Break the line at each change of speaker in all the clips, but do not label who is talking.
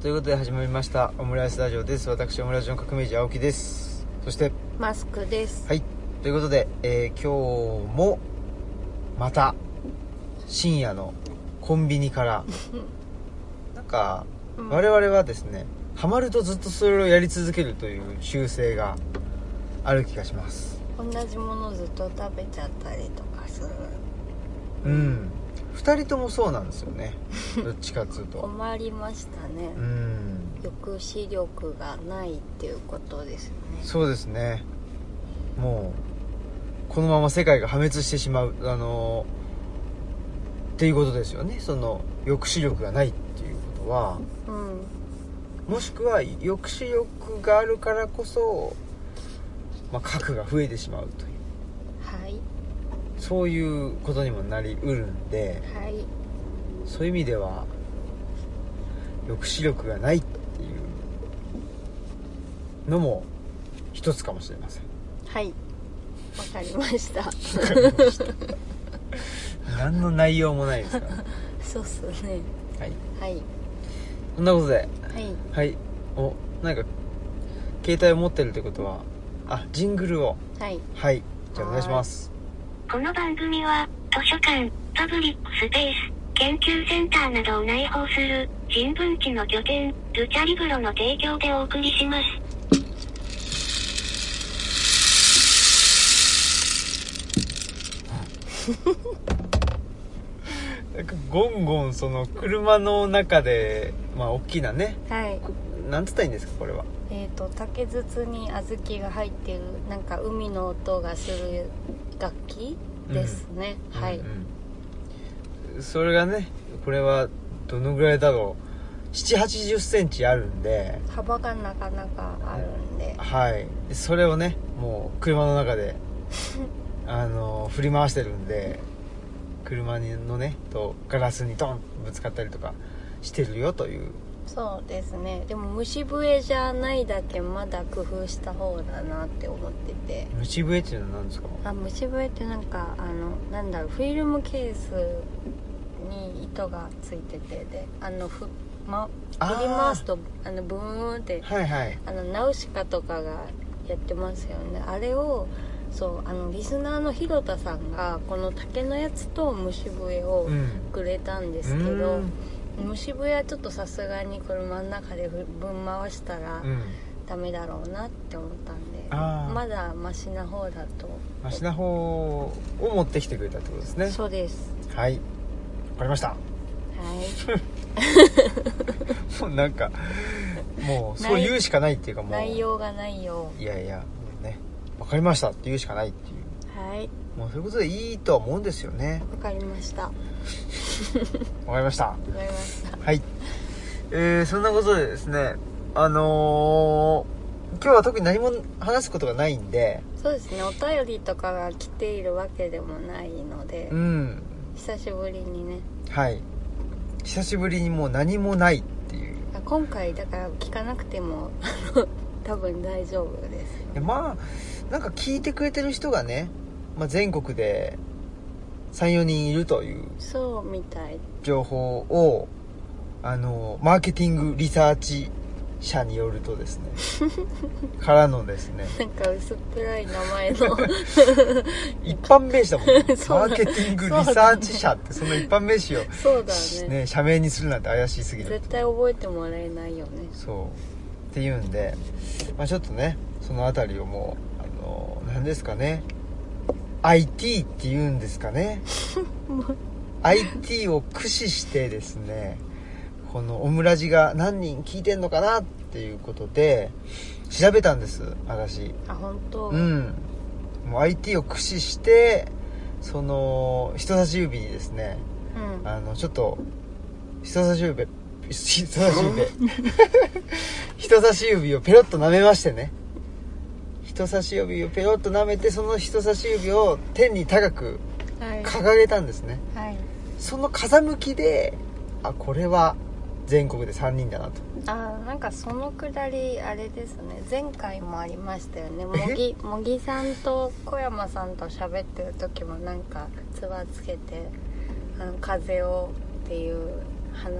ということで始まりましたオムライスラジオです私オムライスの革命児青木ですそして
マスクです。
はいということで、えー今日もまた深夜のコンビニからなんか
うん
我々はですねハマるとずっとそれをやり続けるという習性がある気がします
同じものずっと食べちゃったりとかする。
うん2人ともそうなんですよねどっちかっつう と
困りましたね
う。ん
抑止力がないっていうことですよね。
そうですねもうこのまま世界が破滅してしまうあのっていうことですよねその抑止力がないっていうことは
うん。
もしくは抑止力があるからこそ、まあ、核が増えてしまうという
はい。
そういうことにもなりうるんで
はい。
そういう意味では抑止力がないっていうのも一つかもしれません
はい。わかりま した。
何の内容もないですからね
そうっすね。
はい
はい。
そんなことで
はい。
はいおなんか携帯を持ってるってことはあジングルを
はい。
はいじゃあお願いします
この番組は、図書館、パブリックスペース、研究センターなどを内包する、人文地の拠点、ルチャリブロの提供でお送りします。
なんかゴンゴンその車の中でまあ大きなね
はい。
くなんつったらいいんですかこれは
えっ、と竹筒に小豆が入ってるなんか海の音がする楽器ですね。はい。
うんうんそれがねこれはどのぐらいだろう7 8 0センチあるんで
幅がなかなかあるんで。
はいそれをねもう車の中であの振り回してるんで車にのねとガラスにドンぶつかったりとかしてるよという
そうですねでも虫笛じゃないだけまだ工夫した方だなって思ってて
虫笛っていうのは何ですか
あ虫笛ってなんかあのなんだろうフィルムケースに糸がついててであのふ、ま、
あー
振り回すとあのブーンって
はいはい
あのナウシカとかがやってますよねあれをそうあのリスナーの広田さんがこの竹のやつと虫笛を
うん
くれたんですけど、
うん
虫笛はちょっとさすがに車の中でぶん回したら
うん
ダメだろうなって思ったんで、
あー
まだマシな方だと、
マシな方を持ってきてくれたってことですね
そうです
はいわかりました
は
もうなんかもうそう言うしかないっていうかも
い
う
内容がないよ
いやいやもうねわかりましたって言うしかないっていう
はい
もうそういうことでいいとは思うんですよね
わかりましたわ
わかりました
かりました
はいえー、そんなことでですねあのー、今日は特に何も話すことがないんで
そうですねお便りとかが来ているわけでもないので、
うん
久しぶりにね
はい久しぶりにもう何もないっていう
あ今回だから聞かなくても あの多分大丈夫です
でまあなんか聞いてくれてる人がね、まあ、全国で34人いるという
そうみたい
情報をあのマーケティングリサーチ社によるとです ねからのですね
なんか薄っぺらい名 前の
一般名詞だもん、ね、
そう
マ
だね
ーケティングリサーチ社ってその一般名詞を、
そうだね
ね、社名にするなんて怪しすぎる
絶対覚えてもらえないよね
そうっていうんで、まあ、ちょっとねその辺りをもうあの何ですかね IT っていうんですか ね IT を駆使してですねこのオムラジが何人聞いてんのかなっていうことで調べたんです私
あ本当、
うんもう IT を駆使してその人差し指にですね
うん
あのちょっと人差し指人差し指 人差し指をペロッと舐めましてね人差し指をペロッと舐めてその人差し指を天に高く
はい
掲げたんですね
はい
その風向きであこれは全国で3人だなと
あーなんかそのくだりあれですね前回もありましたよね茂木茂木さんと小山さんと喋ってる時もなんかつばつけてあの風をっていう話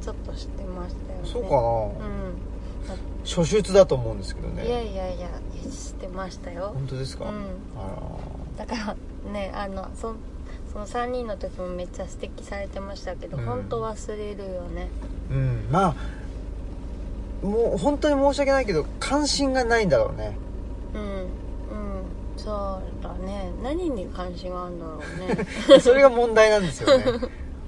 ちょっとしてましたよね
そうかな、初
う
出だと思うんですけど
んいや
ね
いやいやしてましたよ
本当ですか、
うん
あ
だからねあのそその3人の時もめっちゃ指摘されてましたけど、
うん
本当忘れるよね
らうんまあもう本当に申し訳ないけど関心がないんだろう ね
うんうんそうだね何に関心があるんだろう ね
それが問題なんですよね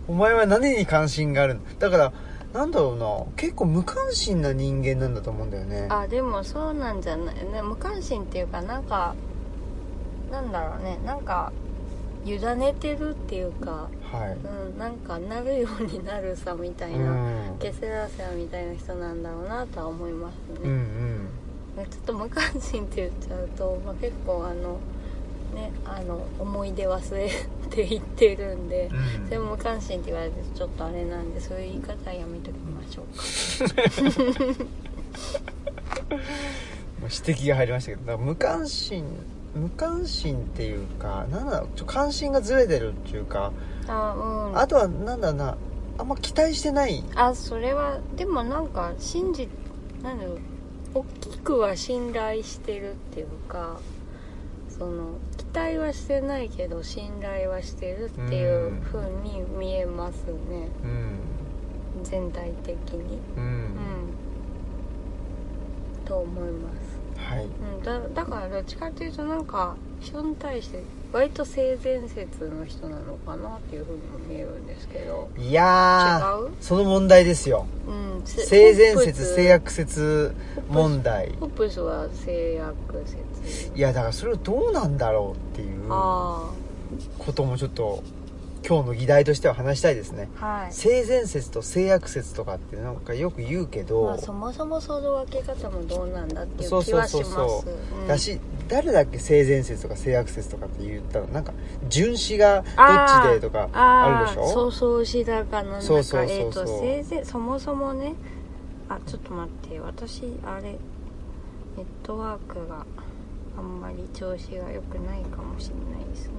お前は何に関心があるのだからなんだろうな結構無関心な人間なんだと思うんだよね
あでもそうなんじゃないね無関心っていうかなんかなんだろうねなんか委ねてるっていうか、
はい
うん、なんかなるようになるさみたいうな、
ん
ゲセラセアみたいな人なんだろうなとは思います
うんう
ね、
ん
ちょっと無関心って言っちゃうと、まあ、結構あのねあの思い出忘れていってるんで、
うん
それも無関心って言われてちょっとあれなんでそういう言い方はやめときましょうか
もう指摘が入りましたけどだから無関心無関心っていうかなんだろうちょ関心がずれてるっていうか、
あうん
あとはなんだろうなあんま期待してない
あそれはでもなんか信じなんだろう大きくは信頼してるっていうかその期待はしてないけど信頼はしてるっていう
うん
風に見えますね
うん
全体的に
うん、
うんと思います、
はい
うん、だだからどっちかっていうとなんか人に対して割と性善説の人なのかなっていう風にも見えるんですけど
い
違
や
う
ーその問題ですよ
うんせ
性善
ポップ
説
ス
性悪説問題
ポップスは制約説
いやだからそれをどうなんだろうっていう
あ
こともちょっと今日の議題としては話したいですね
あはい
性善説と性悪説とかってなんかよく言うけど、
まあ、そもそもその分け方もどうなんだってい
そうう
気
そう
はし
そう
ます
そう
うん
だし誰だっけ性善説とか性悪説とかって言ったのなんか巡視がどっ
あー
ちでとかあるでし
ー
ょ
そうそうしだかなんだか
そうそうそうそう
えっ、と生前そもそもねあちょっと待って私あれネットワークがあんまり調子が良くないかもしれないですね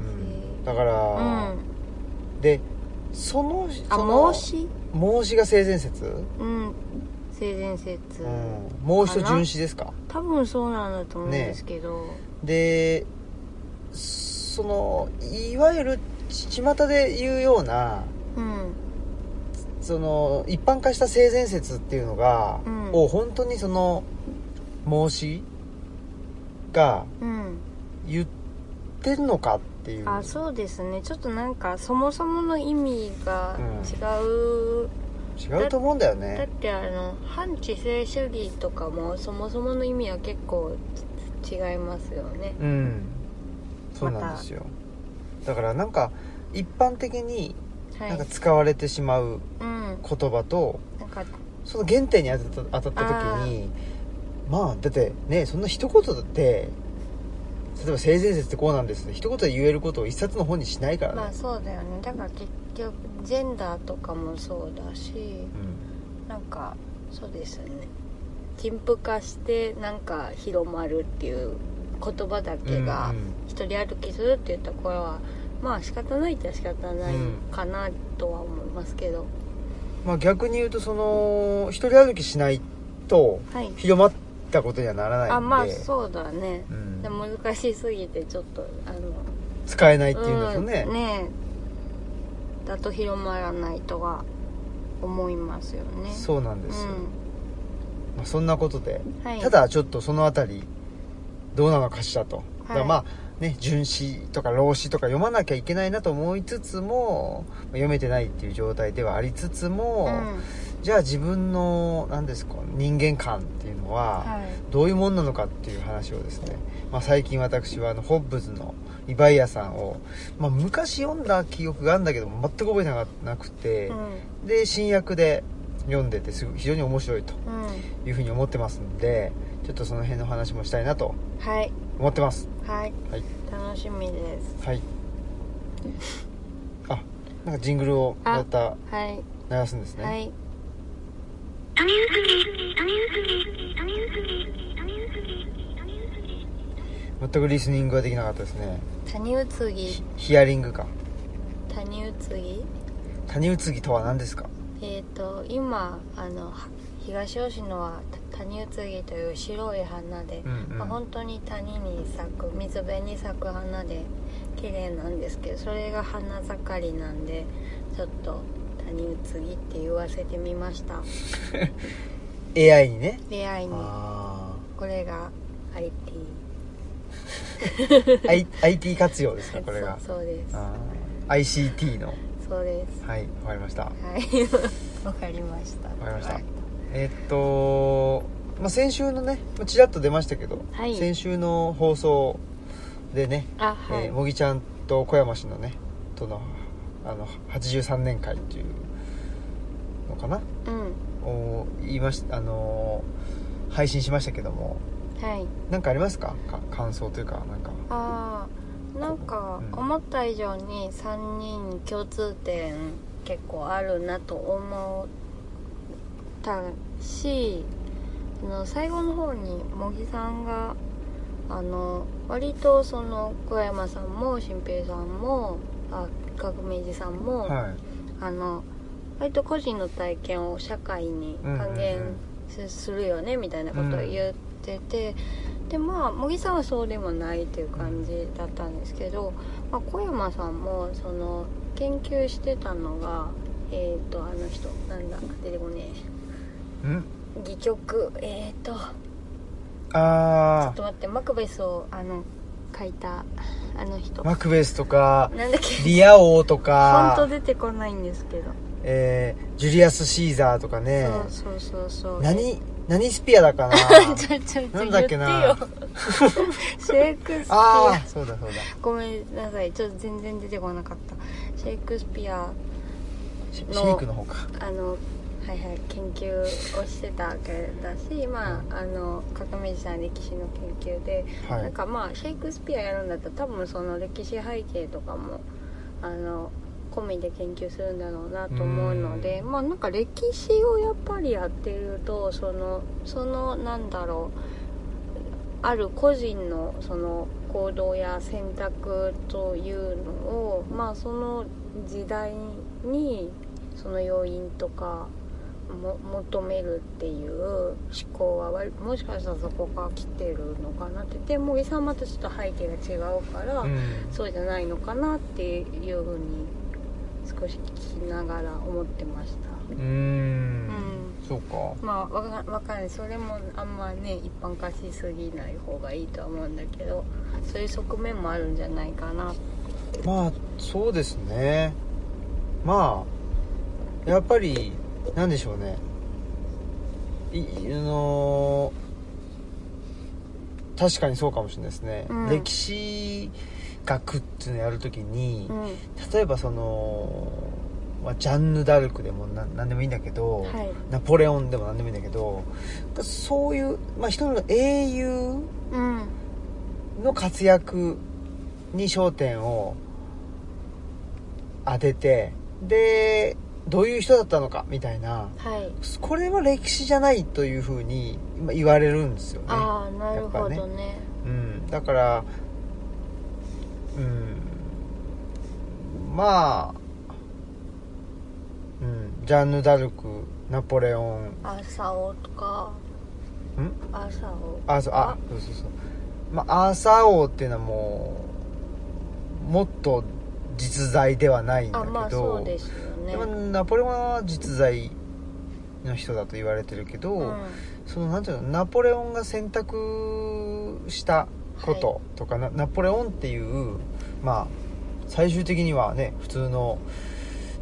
うん
えー
だか
う
ら、
ん
でその
あ
その
孟子
孟子が性善説、
うん性善説、
うん、孟子と巡視ですか
多分そうなんだと思うん
ね
ですけど、
でそのいわゆるち巷で言うような
うん
その一般化した性善説っていうのが、
うん
を本当にその孟子が
うん
言ってるのかっていう
あそうですねちょっとなんかそもそもの意味が違う、
違うと思うんだよ
だっ
ね
てあの反知性主義とかもそもそもの意味は結構違いますよね
うんそうなんですよ、だからなんか一般的に
は
なんか
い
使われてしまう
うん
言葉と、
なんか
その原点に当たった当たった時にまあだってねそんな一言だって例えば性善説ってこうなんですって一言で言えることを一冊の本にしないからね、
まあそうだよねだから結局ジェンダーとかもそうだしなんかそうですよね陳腐化してなんか広まるっていう言葉だ
うん
けが
うんうん
一人歩きするって言った声はまあ仕方ないっちゃ仕方ないかなとは思いますけど、
まあ、逆に言うとその一人歩きしないと
はい
広まったことにはならないんで
あまあそうだね、
うん
でも難しすぎてちょっとあの
使えないっていうんですよね,、
うんねえだと広まらないとは思いますよねう
そうなんですよ、まあ、そんなことで、
んはい、
ただちょっとそのあたりどうなのかしらと、だからま
は
あね巡視とか老子とか読まなきゃいけないなと思いつつもまあ読めてないっていう状態ではありつつ
うん
も、
はい
じゃあ自分の何ですか人間観っていうのはどういうもんなのかっていう話をですね、まあ、最近私はあのホッブズのリバイアさんを、まあ、昔読んだ記憶があるんだけど全く覚えてなかなくて
う、
で新訳で読んでてすごい非常に面白いと
んうん
いうふうに思ってますんでちょっとその辺の話もしたいなと
はい
思ってます
はい、
はい
楽しみです
はいあなんかジングルをまた
はい、
流すんですね、
はい
トミウスビ、トミウスビ、トミウスビ、トミウスビ、トミウスビ。
全くリスニングができなかったですね
谷うつぎ
ヒアリングか
谷うつぎ
谷宇ぎとは何ですか
えっ、と今あのは東吉野はた谷移ぎという白い花で、
うんうん
まあ本当に谷に咲く水辺に咲く花で綺麗なんですけどそれが花盛りなんでちょっと谷移ぎって言わせてみました
AI にね
出会いに
あ
これが IT
あ I- IT 活用ですかこれが
そうそうです
あー ICT の
そうです
はいわかりました
は いわかりましたわ
かりましたえっと、まあ、先週のねまあちらっと出ましたけど、
はい
先週の放送でね、
あはい、
えー茂木ちゃんと小山氏のねとのあの83年会っていうのかな
うん
を言いましあのー配信しましたけども
はい
何かありますかか感想というかなんか
あーなんか
うん
思った以上に3人に共通点結構あるなと思ったしあの最後の方に茂木さんがあの割とその小山さんも新平さんもあ革命児さんも、
はい
あの割と個人の体験を社会に還元すするよねみたいなことを言ってて、でまあ茂木さんはそうでもないっていう感じだったんですけど、まあ、小山さんもその研究してたのがえっ、とあの人なんだ出てこ
ん
ねえ戯曲えっ、とちょ
あ
っと待ってマクベスをあの書いたあの人
あ
な
マ
ん
クベスとか
だっけ
リア王と
本当
か、
出てこないんですけど、
えージュリアス・シーザーとかね
そうそうそうそう
何何スピアだかな
ちょちょちょ
なんだっけな
言ってよシェイクスピ
あ
ア
あそうだそうだ
ごめんなさいちょっと全然出てこなかったシェイクスピア
シシ
の
ェイクの方か
あのはいはい研究をしてたわけだしまああの革命児さん歴史の研究で、
は
なん
い
かまあシェイクスピアやるんだったら多分その歴史背景とかもあの込みで研究するんだろうなと思うので
うん
まあなんか歴史をやっぱりやってるとそのそのなんだろうある個人のその行動や選択というのをまあその時代にその要因とかも求めるっていう思考は割もしかしたらそこから来てるのかなってでも森さんまたちょっと背景が違うから、
うん
そうじゃないのかなっていうふうに少し聞きながら思ってました
うーん
うん
そうか
まあわかわかんないそれもあんまね一般化しすぎない方がいいとは思うんだけどそういう側面もあるんじゃないかな
まあそうですねまあやっぱりなんでしょうねいあの確かにそうかもしれないですね、
うん
歴史学っていうのをやるときに、
うんは
例えばその、まあ、ジャンヌ・ダルクでもな何でもいいんだけど、
い
ナポレオンでも何でもいいんだけどそういう、まあ、人の英雄
うん
の活躍に焦点を当ててでどういう人だったのかみたいな
はい
これは歴史じゃないというふうに今言われるんですよね、
ああなるほ
やっぱ
どね
うん、だからうんまあ、うん、ジャンヌ・ダルクナポレオン
朝尾とか
ん
朝尾
あそうあ
あ
そうそうそうまあアーサー王っていうのはもうもっと実在ではないんだ
あ
けど、
まあそうですよね
でもナポレオンは実在の人だと言われてるけど、
う
そのなんていうのナポレオンが選択したこととか、なナポレオンっていうまあ最終的にはね普通の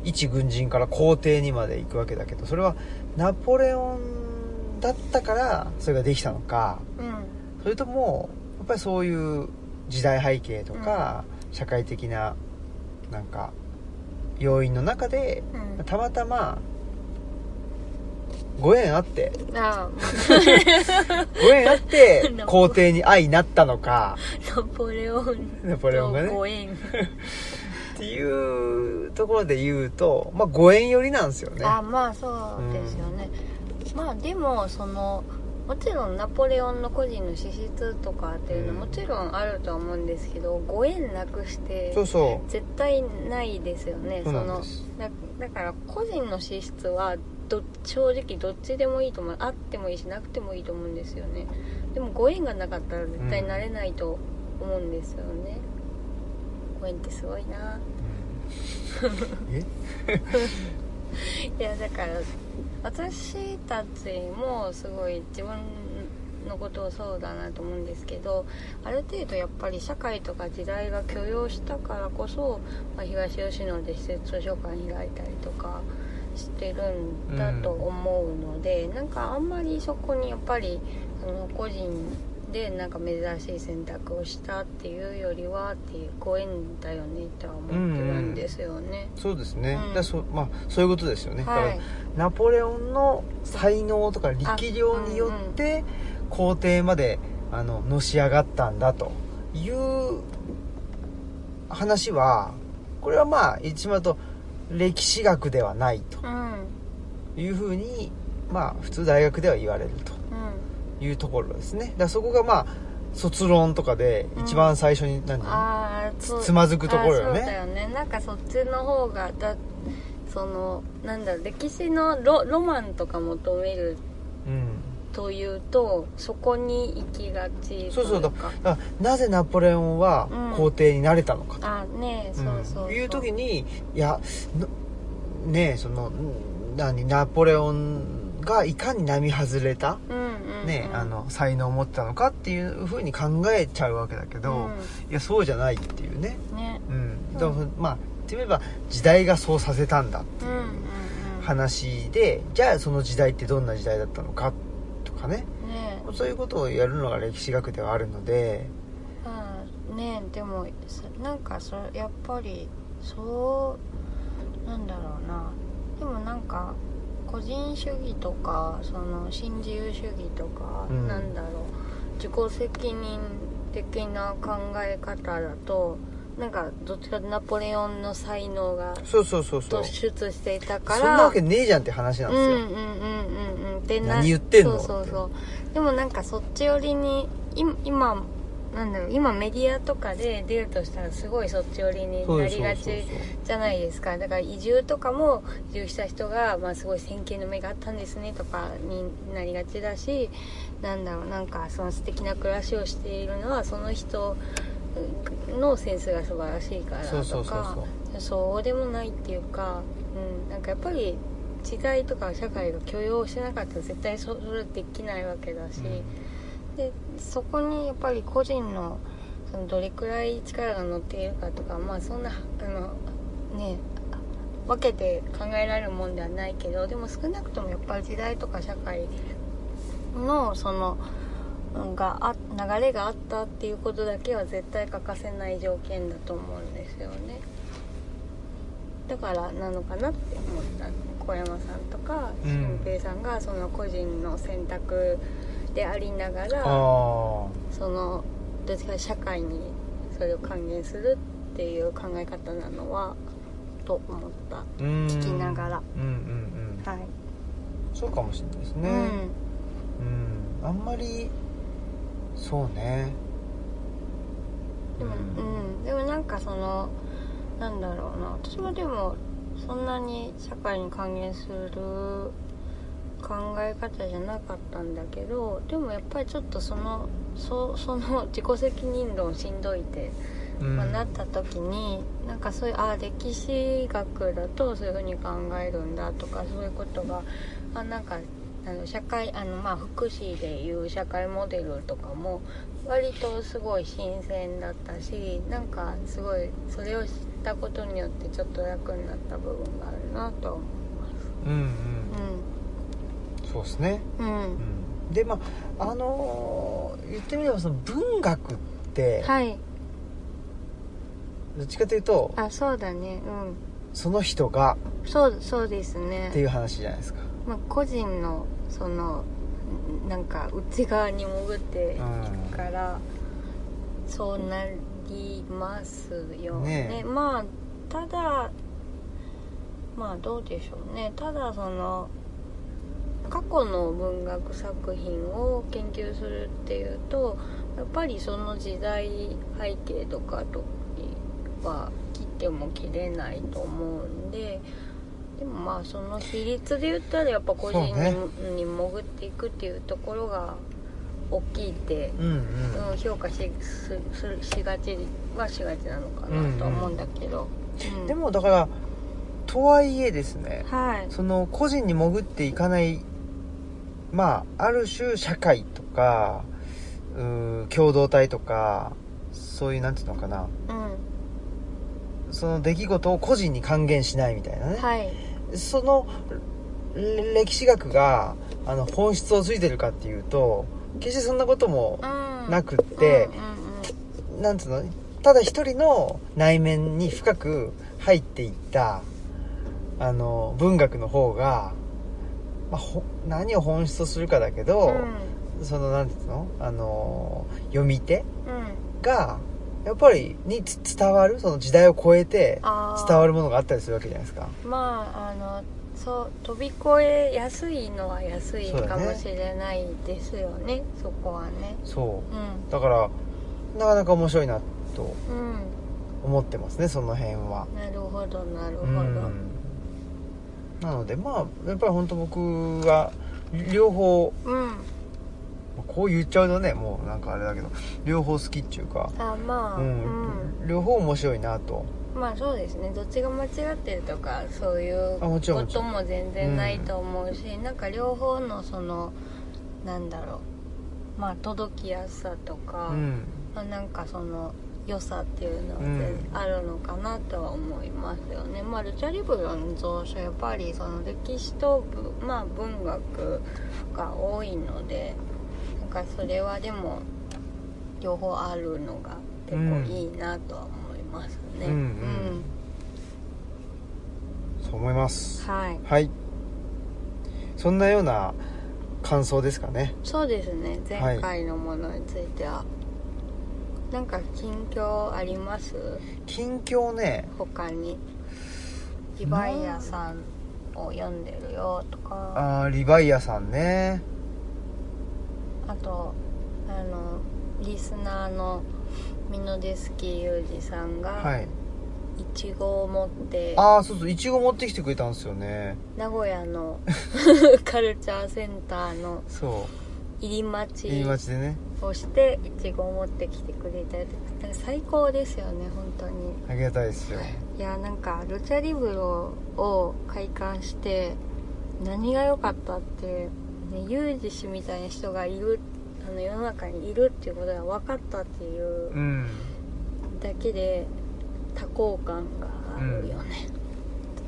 一軍人から皇帝にまで行くわけだけどそれはナポレオンだったからそれができたのか
んうん
それともやっぱりそういう時代背景とか、社会的ななんか要因の中で
うん
たまたまご縁あって
あ
ご縁あって
ナポ
皇帝に愛になったのか
ナポレオン
ナポレオ
と
ンがね
ご縁、
っていうところで言うとまあご縁寄りなんですよね
あまあそうですよね、まあでもそのもちろんナポレオンの個人の資質とかっていうの
うん
もちろんあるとは思うんですけど、ご縁なくして
そうそう
絶対ないですよね
そうなん
の
です
だだから個人の資質はど正直どっちでもいいと思うあってもいいしなくてもいいと思うんですよねでもご縁がなかったら絶対なれないと思うんですよね、ご縁ってすごいな
う んえ
いやだから私たちもすごい自分のことをそうだなと思うんですけどある程度やっぱり社会とか時代が許容したからこそ、まあ、東吉野で施設図書館開いたりとかしてるんだと思うので、なんかあんまりそこにやっぱりあの個人でなんか珍しい選択をしたっていうよりはっていうご縁だよねとは思ってるんですよね。
そうですね、
う
だか
ん
らそまあそういうことですよね、
は
だ
い
か、らナポレオンの才能とか力量によって皇帝まであののし上がったんだという話はこれはまあ言ってしまうと歴史学ではないと
うん
いうふうにまあ普通大学では言われると
うん
いうところですねだからそこがまあ卒論とかで一番最初に何、
あーそう
つまずくところよね
あーそうだよねなんかそっちの方がだそのなんだろう歴史のロロマンとか求める
うん
というとそこに行きがち
そうそう
といか
だからなぜナポレオンは
うん
皇帝になれたのかと、
あねえそうそうそう、
いう時にいやのねえその何ナポレオンがいかに並外れた、
うんうんうん
ねえあの才能を持ってたのかっていうふうに考えちゃうわけだけど、いやそうじゃないっていうね、
うんね
うん、
ん
だからまあ言ってみれば時代がそうさせたんだって
う
い
んうん
う
う
話で、じゃあその時代ってどんな時代だったのかとかね
んね
そういうことをやるのが歴史学ではあるので。
えうんねえでもさなんかそやっぱりそうなんだろうなでもなんか個人主義とかその新自由主義とか、
うん
なんだろう自己責任的な考え方だとなんかどっちかというとナポレオンの才能が
そうそうそうそう
突出していたから
そんなわけねえじゃんって話なんですよ、
うんうんうんうんうんでな
何言ってんの
そうそうそうでもなんかそっち寄りにい今なんだろう今メディアとかで出るとしたらすごいそっち寄りに
そう
な
です
りがちじゃないですかだから移住とかも移住した人が、まあ、すごい先見の目があったんですねとかになりがちだしなんだろうなんかその素敵な暮らしをしているのはその人のセンスが素晴らしいからとか
そうそうそうそう
そうでもないっていうか、うん、なんかやっぱり時代とか社会が許容してなかったら絶対それできないわけだし、でそこにやっぱり個人のそのどれくらい力が乗っているかとかまあそんなあのね分けて考えられるもんではないけどでも少なくともやっぱり時代とか社会のそのうんがあ流れがあったっていうことだけは絶対欠かせない条件だと思うんですよねだからなのかなって思った小山さんとか
うん
新平さんがその個人の選択でありながら、
あ
そのどっちか社会にそれを還元するっていう考え方なのはと思ったは
あうん
聞きながら
うんうんうん
い、
そうかもしれないですねうん、あんまりそうね
うんでも、うん、でもなんかそのなんだろうな私もでもそんなに社会に還元する考え方じゃなかったんだけどでもやっぱりちょっとそのそその自己責任論しんどいって
うん
まあ、なった時になんかそういうあー歴史学だとそういうふうに考えるんだとかそういうことがあなんかあの社会あのまあ福祉でいう社会モデルとかも割とすごい新鮮だったしなんかすごいそれを知ったことによってちょっと楽になった部分があるなと思
うんうん、
う
そうですね、
うんう
うんん、でまああのー言ってみればその文学って、
はい
どっちかというと
あそうだねうん
その人が
そうそうですね
っていう話じゃないですか、
まあ、個人のそのんなんか内側に潜っていくから、そうなりますよね
ねえ
まあただまあどうでしょうねただその過去の文学作品を研究するっていうとやっぱりその時代背景とかとは切っても切れないと思うんででもまあその比率で言ったらやっぱ個人に,、
そうね
に潜っていくっていうところが大きいって、
うんうん
うん、評価しすすしがちはしがちなのかなとは思うんだけど、うん
でもだからとはいえですね
はい
その個人に潜っていかないまあある種社会とかうー共同体とかそういうなんていうのかな
うん
その出来事を個人に還元しないみたいなね、
はい
そのれ歴史学があの本質をついてるかっていうと決してそんなことも
うん
なくって
うん、
なんつうのただ一人の内面に深く入っていったあの文学の方が、まあ、ほ何を本質とするかだけど、
うん
そのなんていうのあの読み手
うんうん
がやっぱりにつ伝わるその時代を超えて
あー
伝わるものがあったりするわけじゃないですか。
まああのそう飛び越えやすいのは安い
そうだ
か
ね
もしれないですよねそこはね
そう
う
だからなかなか面白いなと
んうん
思ってますねその辺は
なるほどなるほ
う
ど、
んなのでまあやっぱり本当僕は両方
うん
こう言っちゃうとねもうなんかあれだけど両方好きっていうか、
あまあ、
う
うんん
両方面白いなと
まあそうですねどっちが間違ってるとかそういう
あ
こ
もちろんもち
と
ろん
も全然ないと思うし、なんか両方のそのなんだろうまあ届きやすさとか、
うん
まあ、なんかその良さっていうのは
うん
全あるのかなとは思いますよね、まあルチャリブロの蔵書やっぱりその歴史とぶ、まあ、文学が多いのでなんかそれはでも両方あるのが結
うん
構いいなとは思いますね
うんそう思います
はい
はいそんなような感想ですかね
そうですね
はい
前回のものについては、なんか近況あります
近況ね
他にリヴァイアさんを読んでるよとか
あーリヴァイアさんね
あとあのリスナーのミノデスキーユージさん
は
が
い
いちごを持って
ああそうそういちご持ってきてくれたんですよね
名古屋 のカルチャーセンターの
そ
入り
う
待
言い
ち
待ちでね
をしていちごを持ってきてくれたりとか最高ですよね本当に
ありがたいですよ
いやなんかルチャリブロを開館して何が良かったって、ね、ユージ氏みたいな人がいるあの世の中にいるっていうことが分かったっていう
うん
だけで多幸感があるよね、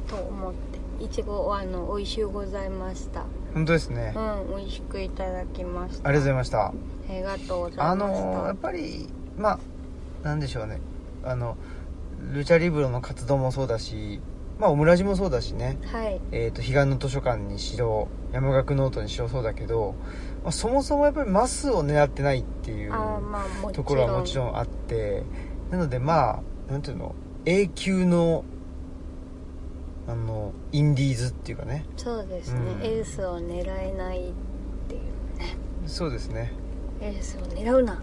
と思っていちごあの美味しゅうございました
本当ですね、あ
うん美味しくいただきました
りがとうございました
ありがとうございました
あのーやっぱりまあなんでしょうねあのルチャリブロの活動もそうだしまあオムラジもそうだしね
はい
えー、と彼岸の図書館にしろ山岳ノートにしろそうだけど、まあ、そもそもやっぱりマスを狙ってないっていう
あーまあもちろん
ところはもちろんあってなのでまあなんていうの永久のあのインディーズっていうかね
そうですね、
うん
エースを狙えないっていう
そうですね
エースを狙うな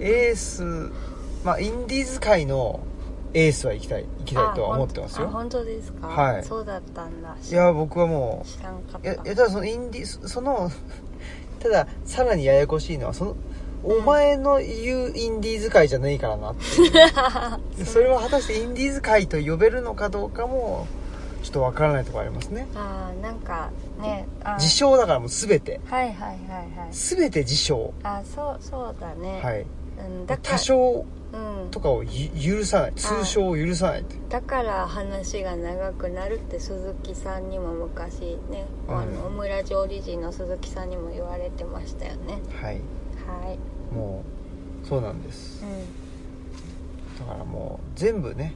エースまあインディーズ界のエースは行きたい行きたいとは思ってます
あ
よ
本当ですか
はい
そうだったんだ
いや僕はも
知らんか
う
っ
い
た
やいやただそのインディーその たださらにややこしいのはそのお前の言うインディーズ界じゃないからなっていう それは果たしてインディーズ界と呼べるのかどうかもちょっとわからないところありますね
あーなんかねあ
自称だからもう全て
はいはいはいはい
全て自称
あそうそうだね、
はい
うん、だか
多少
ら、うん、
とかをゆ許さない通称を許さないって
だから話が長くなるって鈴木さんにも昔ね、
うん
あのオムラジオリジンの鈴木さんにも言われてましたよね
はい
はい、
もうそうなんです
う
だからもう全部ね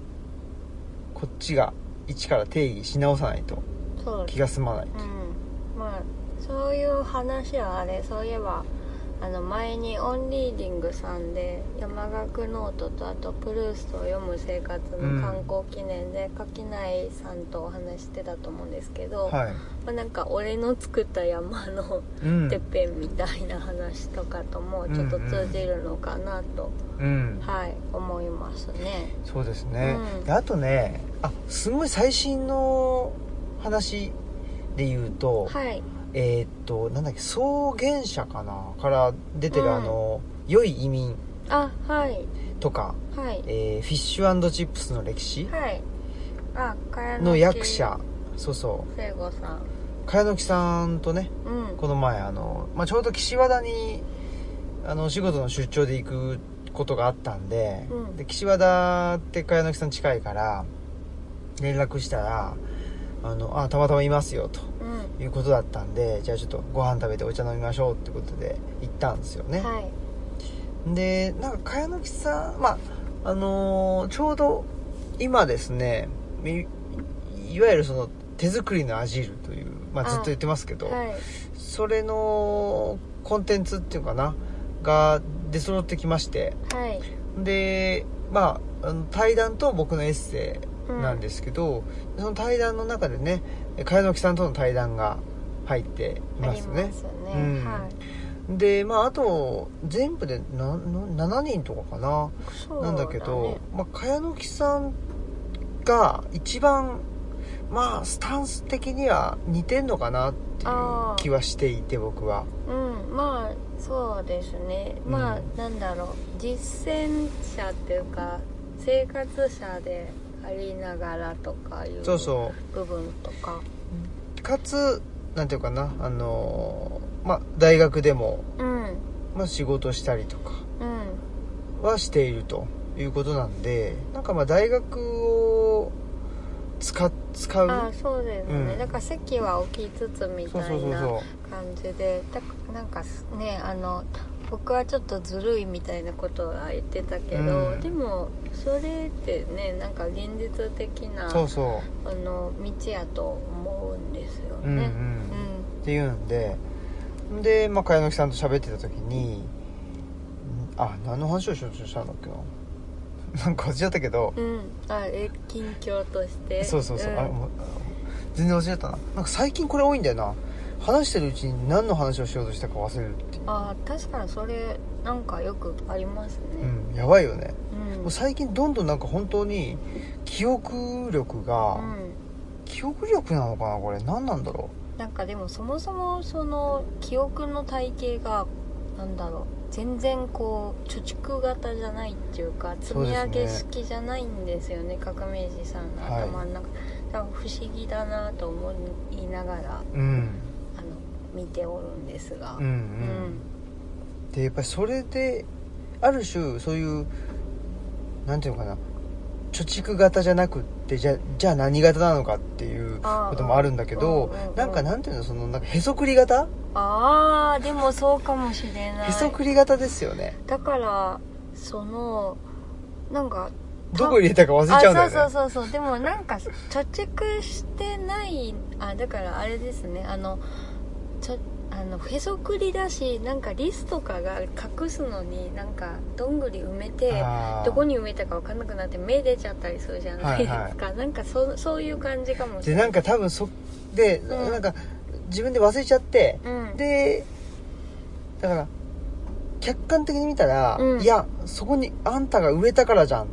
こっちが一から定義し直さないと
ん、そう
気が済まない
うんまあそういう話はあれそういえばあの前にオンリーディングさんで山岳ノートとあとプルーストを読む生活の観光記念で垣内さんとお話してたと思うんですけど、
はい
まあ、なんか俺の作った山の
うん
てっぺんみたいな話とかともちょっと通じるのかなと、
うん
はい思いますね
そうですね、
うん
であとねあすごい最新の話で言うと、
はい
えーっとなんだっけ草原社かなから出てる、
うん
あの良い移民
あはい
とか、
はい
えーフィッシュチップスの歴史
はいあ茅野
の役者、そうそう
聖子さん
茅野木さんとね
うん
この前あの、まあ、ちょうど岸和田にあのお仕事の出張で行くことがあったんで,、
うん
で岸和田って茅野木さん近いから連絡したら「あのあたまたまいますよ」と
うん
いうことだったんでじゃあちょっとご飯食べてお茶飲みましょうってことで行ったんですよね、
はい
でなんか茅野木さんまああのーちょうど今ですねいいわゆるその手作りのアジールという、まあ、ずっと言ってますけど、
はい
それのコンテンツっていうかなが出揃ってきまして
はい、
でまああの対談と僕のエッセイなんですすけど、その対談の中でね茅野木さんとの対談が入ってい
うん、あ
ま
り
す
ます
ね
ね
うん
は
でまああと全部でなな7人とかかない
そう
な
だ、ね、
んだけど、まあ、茅野木さんが一番まあスタンス的には似てんのかなっていう気はしていて僕は
うんまあそうですねまあ、
うん
なんだろう実践者っていうか生活者でありながらとかいう
そうそう
部分とか
かつなんていうかなあのーまあ大学でも、
うんうん
まあ、仕事したりとかはしているということなんでなんかまあ大学を使っ使う
ああそうですね、
うん
だから席は置きつつみ
そう
た
そう
い
そう
な
そ
感じでだなんかすねあの僕はちょっとずるいみたいなことは言ってたけど、
うん
でもそれってねなんか現実的な
うそうそ
あの道やと思うんですよ
ううんうん、
ね。
っていうんでで、まあ、茅野木さんと喋ってた時にんあ何の話をしようとしたんだっけな なんか忘れちゃったけど
うん、うん、あえ近況として
そうそうそう、
ん
あれもう全然忘れちゃったななんか最近これ多いんだよな話してるうちに何の話をしようとしたか忘れるっていう、
あ確かにそれなんかよくありますね
うん、やばいよね
うん、うん
もう最近どんどんなんか本当に記憶力が、記憶力なのかなこれ何なんだろ
なんかでもそもそもその記憶の体系がなんだろう全然こう貯蓄型じゃないっていうか積
そう
み
です
上
ね
げ式じゃないんですよね革命児さんの頭の中、だから不思議だなと思いながら
う、うん、
あの見ておるんですが、
うんうんでやっぱりそれである種そういうなんていうのかな貯蓄型じゃなくってじゃじゃあ何型なのかっていう
あー
こともあるんだけど
うんうんうん
なんかなんていうのそのなんかへそくり型
ああでもそうかもしれない
へそくり型ですよね
だからそのなんか
どこ入れたか忘れちゃうんだよね
あそうそうそうそうでもなんか貯蓄してないあだからあれですねあのちょあのへそくりだしなんかリスとかが隠すのになんかどんぐり埋めて
あー
どこに埋めたか分かんなくなって目出ちゃったりするじゃないですか、
はい
なんかそそういう感じかもし
で
れな
ないんか多分そで、
ん
なんか自分で忘れちゃって
うん、
でだから客観的に見たら、
うん
いやそこにあんたが植えたから じゃん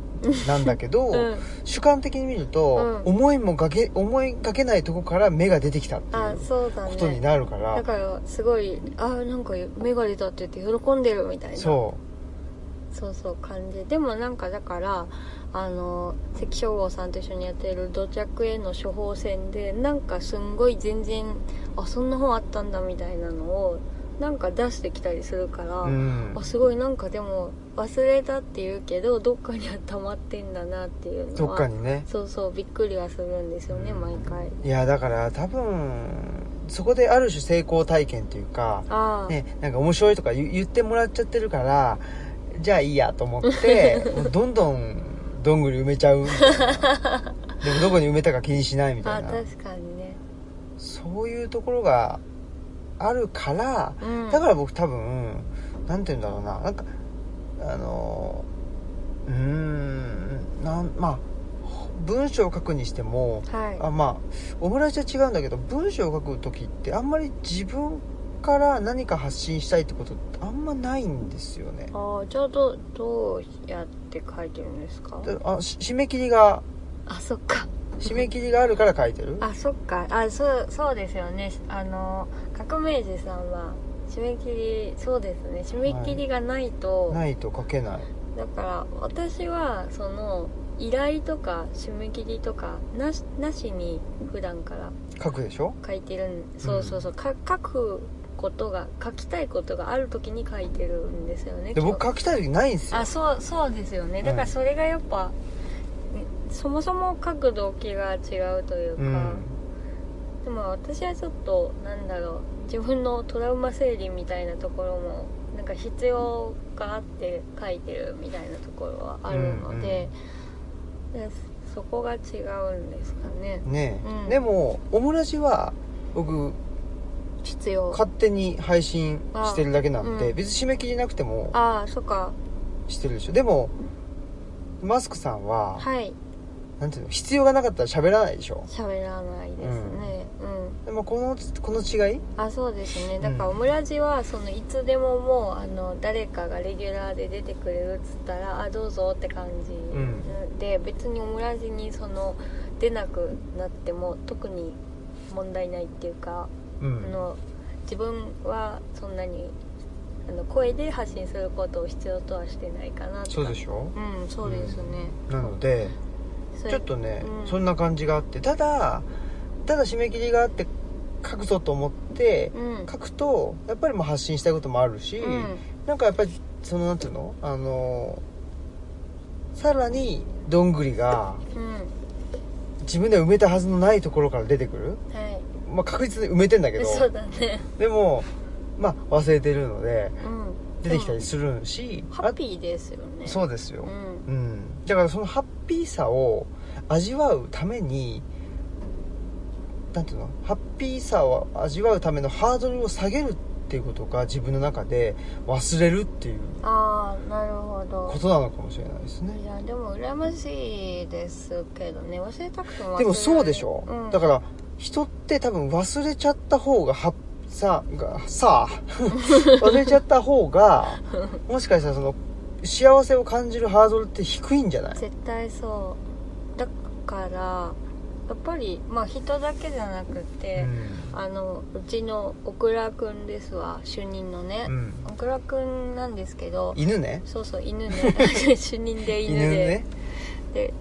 なんだけど、
うん、
主観的に見ると、
う
思いもがけ思いがけないとこから芽が出てきたってい
あ
う
そうだね
ことになるから
だからすごいあなんか目が出たって言って喜んでるみたいな
そ
そうそう感じでもなんかだからあの関省吾さんと一緒にやってる土着への処方箋でなんかすんごい全然あそんな本あったんだみたいなのをなんか出してきたりするから、
う、うん
あ、すごいなんかでも忘れたって言うけどどっかには溜まってんだなっていうのは
どっかにね
そうそうびっくりはするんですよね毎回
いやだから多分そこである種成功体験というか、
ああ、
ね、なんか面白いとか言言ってもらっちゃってるからじゃあいいやと思って もうどんどんどんぐり埋めちゃうみたいなでもどこに埋めたか気にしないみた
あ
いな
確かにね
そういうところがあるから
うん
だから僕多分なんて言うんだろうななんかあのうーんなんまあ文章を書くにしても
はい
あまあオムライスは違うんだけど文章を書く時ってあんまり自分から何か発信したいってことってあんまないんですよね
ああちょうどどうやって書いてるんですか
であし締め切りが
あそっか
締め切りがあるから書いてる
あそっかあそうそうですよねあの革命児さんは締め切りそうですね締め切りがないと、
ないと書けない
だから私はその依頼とか締め切りとかなしなしに普段から
書くでしょ
書いてるんそうそうそう、か書くことが書きたいことがある時に書いてるんですよね
で僕書きたい時ないんですよ
あそうそうですよねだか
は
ら
い
それがやっぱ、ねそもそも書く動機が違うというか、
うん
でも私はちょっとなんだろう自分のトラウマ整理みたいなところもなんか必要があって書いてるみたいなところはあるので,、でそこが違うんですかね
ねえ、
うん
でもオムラジは僕
必要
勝手に配信してるだけなん
あ
で、
うん
別に締め切りなくても
ああそっか
してるでしょでもマスクさんは、
はい
なんていうの必要がなかったら喋らないでしょ
喋らないですねうん
でもこのこの違い
あそうですね
ん
だからオムラジはそのいつでももうあの誰かがレギュラーで出てくれるっつったらあどうぞって感じ、
ん
で別にオムラジにその出なくなっても特に問題ないっていうか、
う
あ
ん
の自分はそんなにあの声で発信することを必要とはしてないかなとか
そうでしょ
うんそうですね、
なので
それ
ちょっとね、
うん
そんな感じがあってただただ締め切りがあって書くぞと思って
うん
書くとやっぱりもう発信したいこともあるし、
うん
なんかやっぱりそのなんていうのあのさらにどんぐりが
うん
自分では埋めたはずのないところから出てくる、
はい
まあ、確実に埋めてんだけど
そうだね
でもまあ忘れてるので
うん
出てきたりするし、
ハッピーですよね
あそうですよ
う、ん
うんだからそのハッピーさを味わうためになんていうのハッピーさを味わうためのハードルを下げるっていうことが自分の中で忘れるっていう
ああなるほど
ことなのかもしれないですね
いやでも羨ましいですけどね忘れたくても忘れられない
でもそうでしょ、
うん、
だから人って多分忘れちゃった方がはさがさあ 忘れちゃった方がもしかしたらその幸せを感じるハードルって低いんじゃない
絶対そうだからやっぱりまあ人だけじゃなく
う
て、
ん
あのうちの小倉くんですわ主任のね、
うん
小倉くんなんですけど
犬ね
そうそう犬ね 主任で犬でで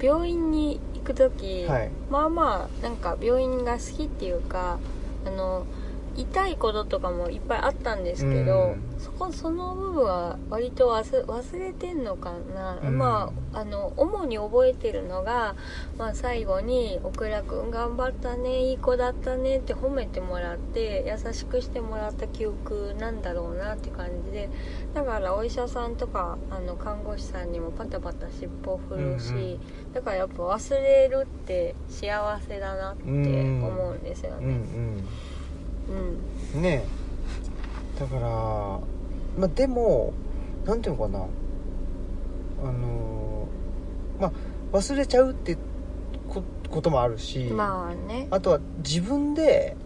病院に行く時、
ねはい
まあまあなんか病院が好きっていうかあの痛いこととかもいっぱいあったんですけど、
う
そこその部分は割と忘忘れてんのかな、
うん
まああの主に覚えてるのが、まあ、最後に「小倉くん頑張ったねいい子だったね」って褒めてもらって優しくしてもらった記憶なんだろうなって感じでだからお医者さんとかあの看護師さんにもパタパタ尻尾振るし、
うんうん
だからやっぱ忘れるって幸せだなって思うんですよ
うん
ねうん、
うんねえだからまあでもなんていうのかなあのーまあ忘れちゃうってここともあるし、
まあね
あとは自分で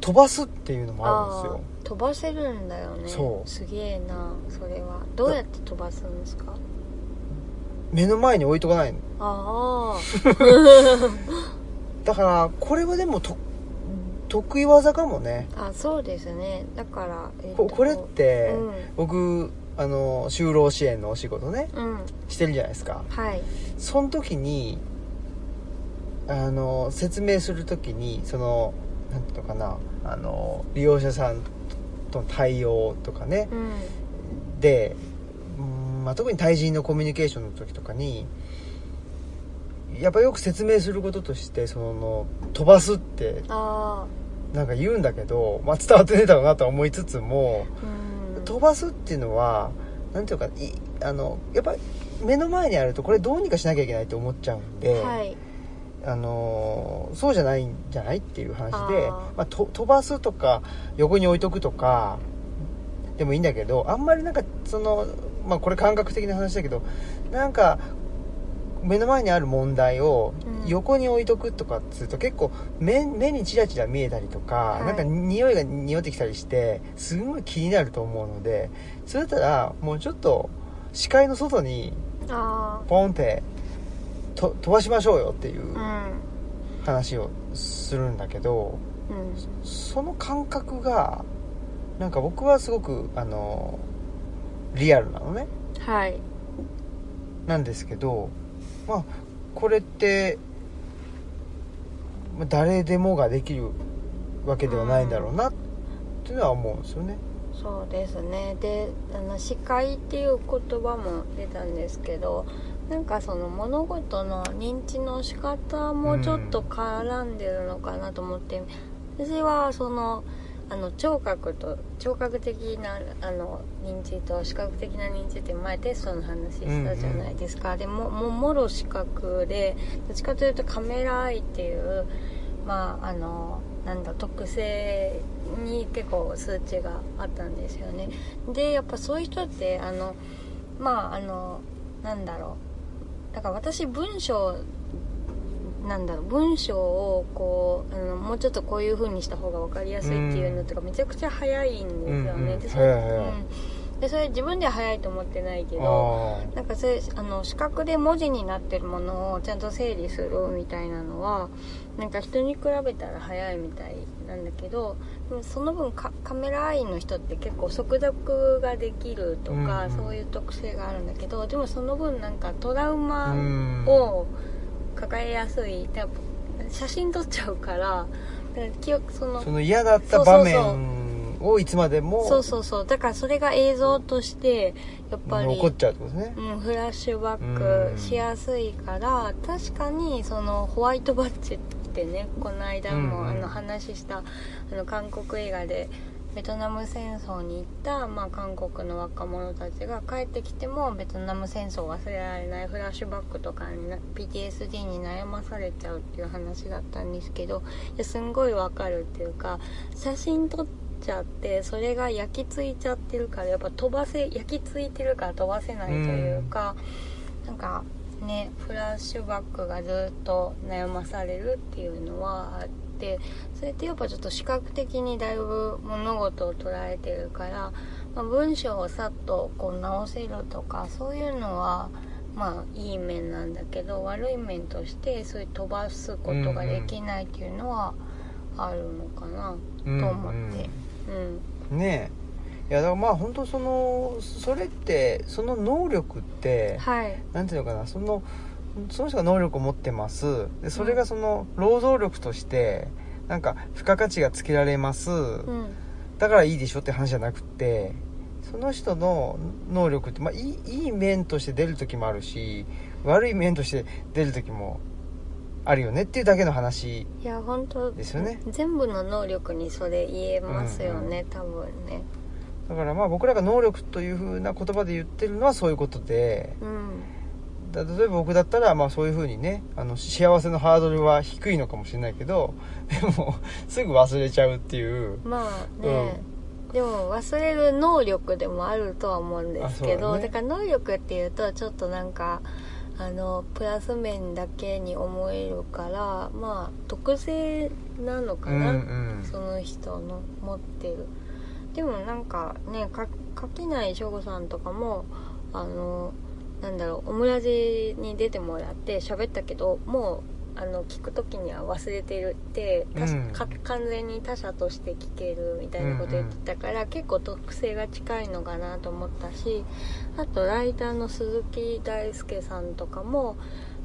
飛ばすっていうのもあるんですよ
ー飛ばせるんだよね
そう
すげえなそれはどうやって飛ばすんですか
目の前に置いとかないの
あ
だからこれはでもと得意技かもね
ああそうですねだから、えっと
ここれって、
うん、
僕あの就労支援のお仕事ね
うん、
してるじゃないですか
はい
その時にあの説明する時にそのなんていうのかなあの利用者さんとの対応とかね
うん
で、うんまあ、特に対人のコミュニケーションの時とかにやっぱよく説明することとしてその飛ばすって
ああ
なんか言うんだけど、まあ、伝わってねえだろうなとは思いつつも
うん
飛ばすっていうのはなんていうかいあのやっぱり目の前にあるとこれどうにかしなきゃいけないって思っちゃうんで、
はい
あのーそうじゃないんじゃないっていう話で
あー
まあ、と飛ばすとか横に置いとくとかでもいいんだけどあんまりなんかその、まあ、これ感覚的な話だけどなんか目の前にある問題を
うん
横に置いとくとかっつうと結構目目にチラチラ見えたりとか、
はい
なんか匂いが匂ってきたりしてすごい気になると思うのでそれだったらもうちょっと視界の外に
あ
ポンってと飛ばしましょうよっていう
あ
話をするんだけど。
うんうん
その感覚がなんか僕はすごくあのリアルなのね
はい
なんですけどまあこれってまあ誰でもができるわけではないんだろうなっていうのは思うんですよね
そうですねであの視界っていう言葉も出たんですけどなんかその物事の認知の仕方もちょっと絡んでるのかなと思って、私はそのあの聴覚と聴覚的なあの認知と視覚的な認知って前テストの話したじゃないですか、でもももろ視覚でどっちかというとカメラアイっていうまああのなんだ特性に結構数値があったんですよねでやっぱそういう人ってあのまああのなんだろうだから私文章なんだろう文章をこうあのもうちょっとこういう風にした方が分かりやすいっていうのとかめちゃくちゃ早いんですよね、
うんうん
でそ
早
れ
い早い
うんでそれ自分では早いと思ってないけ
あ
どなんかそういうあの視覚で文字になってるものをちゃんと整理するみたいなのはなんか人に比べたら早いみたいなんだけどでもその分カカメラアイの人って結構速読ができるとか、
うんうん
そういう特性があるんだけどでもその分なんかトラウ
ー
マ
うん
を抱えやすい多分写真撮っちゃうからだから記憶その
その嫌だった場面をいつまで
そ
も
うそうそうだからそれが映像としてやっぱり
残っちゃうってことですね
うん、フラッシュバッ
うん
クしやすいから確かにそのホワイトバッジってねこの間も、
うんうん
あの話したあの韓国映画でベトナム戦争に行った、まあ、韓国の若者たちが帰ってきてもベトナム戦争を忘れられないフラッシュバックとかにな PTSD に悩まされちゃうっていう話だったんですけどいやすんごいわかるっていうか写真撮っちゃってそれが焼き付いちゃってるからやっぱ飛ばせ焼き付いてるから飛ばせないというか、なんかねフラッシュバックがずっと悩まされるっていうのはあってそれってやっぱちょっと視覚的にだいぶ物事を捉えてるから、まあ、文章をさっとこう直せるとかそういうのは。まあいい面なんだけど悪い面としてそういう飛ばすことができないっていうのはあるのかな、
うん
と思ってうん
ねえいやだからまあ本当そのそれってその能力って
はい
なんていうのかなそのその人が能力を持ってますでそれがその労働力としてなんか付加価値がつけられます、
うん
だからいいでしょって話じゃなくってその人の能力って、まあ、いいいい面として出る時もあるし悪い面として出る時もあるよねっていうだけの話
いや本当
ですよね
全部の能力にそれ言えますよね、多分ね
だからまあ僕らが能力というふうな言葉で言ってるのはそういうことで
うん
だ例えば僕だったらまあそういうふうにねあの幸せのハードルは低いのかもしれないけど でもすぐ忘れちゃうっていう
まあね、でも忘れる能力でもあるとは思うんですけど
あそうだ
だ,、
ね
から能力っていうとちょっとなんかあのプラス面だけに思えるからまあ特性なのかな、
うんうん
その人の持ってるでもなんかねか書きない省吾さんとかもあのなんだろうオムラジに出てもらって喋ったけどもうあの聞く時には忘れてるって、他
うん
か完全に他者として聞けるみたいなこと言ってたから、結構特性が近いのかなと思ったしあとライターの鈴木大輔さんとかも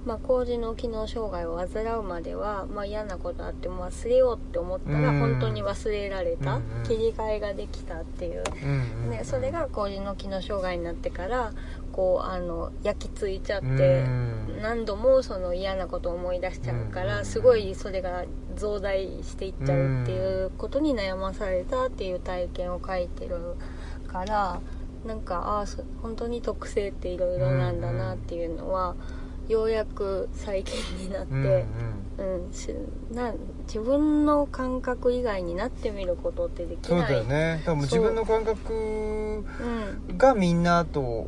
まあ、麹の機能障害を患うまでは、まあ、嫌なことあっても忘れようって思ったら
うん
本当に忘れられ
うん
た、
うん
切り替えができたっていう、
うんうんうん
ね、それが麹の機能障害になってからこうあの焼き付いちゃって、
うん
何度もその嫌なことを思い出しちゃうか
うんうんう
ら
ん
すごいそれが増大していっちゃうっていうことに悩まされたっていう体験を書いてるからなんかああそ本当に特性っていろいろなんだなっていうのはようやく再建になって、
うんうん
うんしな自分の感覚以外になってみることってでき
そう
ない
だよね多分自分の感覚
うん
がみんなと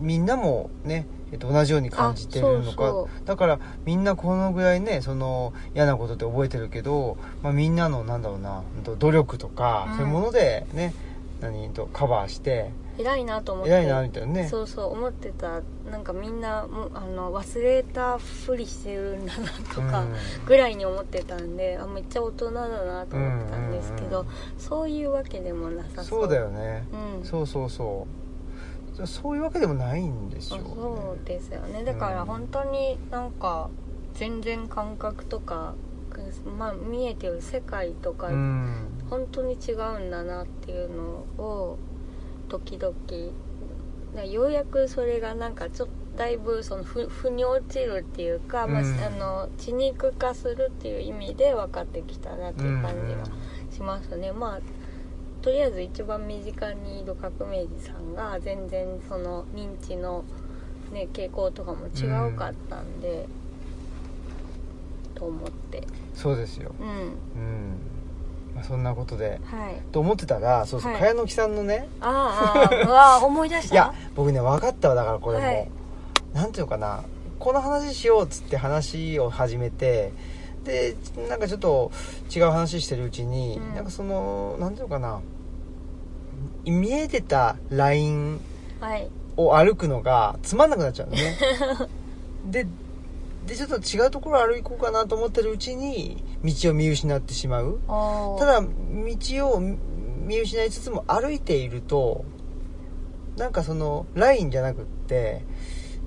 みんなもね、えっと、同じように感じてるのか
あそう
だからみんなこのぐらいねその嫌なことって覚えてるけど、まあ、みんなのなんだろうなほんと努力とか、
うん
そういうものでね何とカバーして
偉いなと思って
偉いなみたいなね
そうそう思ってたなんかみんなもうあの忘れたふりしてるんだなとか、
うん
ぐらいに思ってたんであめっちゃ大人だなと思ってたんですけど、
うんうん
そういうわけでもなさそう
そうだよね、
うん
そうそうそうじゃそういうわけでもないんです
あ
よ、ね、
そうですよねだから本当になんか全然感覚とか、まあ、見えてる世界とか、
うん
本当に違うんだなっていうのを時々なようやくそれがなんかちょっとだいぶそのふ腑に落ちるっていうか、まあ
うん
あの血肉化するっていう意味で分かってきたなっていう感じがしますね、まあとりあえず一番身近にいる革命児さんが全然その認知の、ね、傾向とかも違うかったんで、と思って
そうですよ
うん
うん、まあ、そんなことで
はい
と思ってたらそうそう、
はい
茅野木さんのね
あーあ ーうわー思い出した
いや僕ね分かったわだからこれも、
はい
なんていうのかなこの話しようっつって話を始めてでなんかちょっと違う話してるうちに、
うん
なんかそのなんていうのかな見えてたライン
はい
を歩くのがつまんなくなっちゃうの ねででちょっと違うところ歩こうかなと思ってるうちに道を見失ってしまう
おー
ただ道を見失いつつも歩いているとなんかそのラインじゃなくって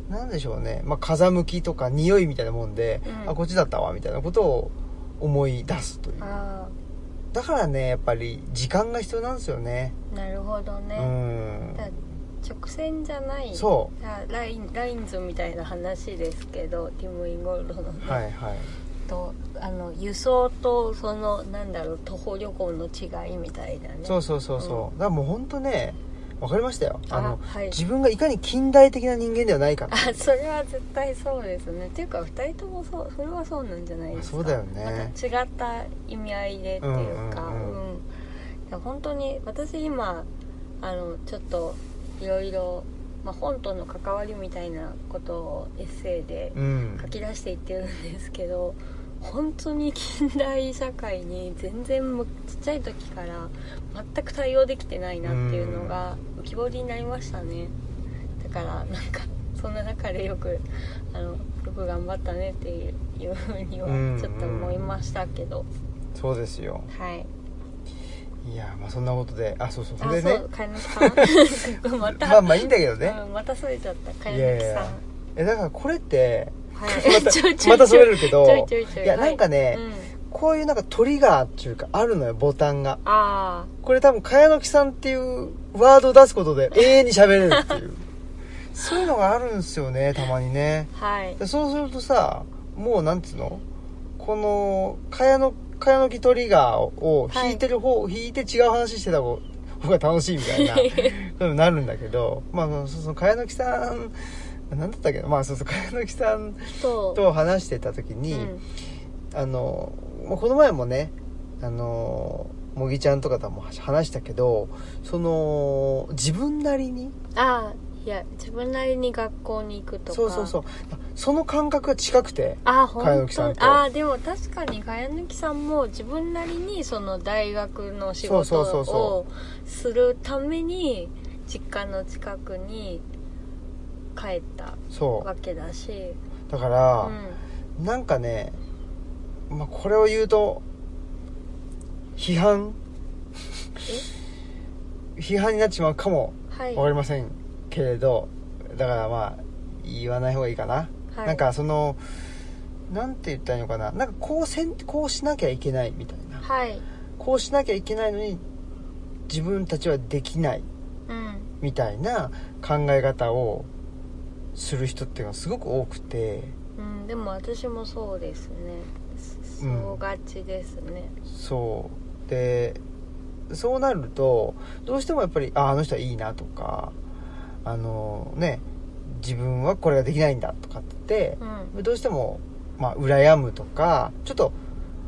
なんでしょうね、まあ、風向きとか匂いみたいなもんで、
うん
あこっちだったわみたいなことを思い出すという
あ
だからねやっぱり時間が必要なんですよね
あなるほど
う
ね、
ん
だ直線じゃない
そう
ララインラインズみたいな話ですけどティム・インゴルドのね、
はいはい
とあの輸送とそのなんだろう徒歩旅行の違いみたいなね
そうそうそうそう、だからもう本当ね分かりましたよあの
はい
自分がいかに近代的な人間ではないかって
あそれは絶対そうですねっていうか2人ともそうそれはそうなんじゃないですか
そうだよね
また違った意味合いでっていうか
う
うんん
うんうん
いや本当に私今あのちょっといろいろまあ本との関わりみたいなことをエッセイで
うん
書き出していってるんですけど本当に近代社会に全然むちっちゃい時から全く対応できてないなっていうのが浮き彫りになりましたねだからなんかそんな中でよくあのよく頑張ったねっていうふうには
うん
ちょっと思いましたけど、
そうですよ
はい
いやまあそんなことであそうそうそ
あそ
れでね
うかやのき さんまた、
まあまあいいんだけどね、
うんまたそれちゃったか
いや
やの
い
きさん
やえだからこれって
はい ちょいち
ま
ょいちょ
た
い
それるけど
ちょいちょいちょい
やなんかね、
うん
こういうなんかトリガーっていうかあるのよボタンが
ああ
これ多分茅野木さんっていうワードを出すこと で永遠に喋れるっていうそういうのがあるんですよねたまにね
はい
でそうするとさもうなんつうのこの茅の茅の木トリガーを
はい
引いてる方、引いて違う話してた方方が楽しいみたい なそういうのになるんだけどまあそのその茅の木さんなんだったっけどまあそうそう茅の木さん
と
と話してた時に、
うん
あのまあこの前もねあのもぎちゃんとかとも話したけどその自分なりに
ああいや自分なりに学校に行くとか
そうそうそうその感覚が近くて
ああ本
茅
当
野木さんと
ああでも確かに茅野木さんも自分なりにその大学の仕事
そうそうそうそ
をするために実家の近くに帰った
そう
わけだし
だから、
う
なんかね、まあ、これを言うと批判 批判になっちまうかも
んはい
分かりませんけれどだからまあ言わない方がいいかな、
はい
なんかそのなんて言ったらいいのかななんかこうせんこうしなきゃいけないみたいな
はい
こうしなきゃいけないのに自分たちはできない
うん
みたいな考え方をする人っていうのがすごく多くて
うん、でも私もそうですねそ
うん
そうがちですね、
そうでそうなるとどうしてもやっぱりああの人はいいなとかあのね自分はこれができないんだとかって
う、ん
どうしても、まあ、羨むとかちょっと、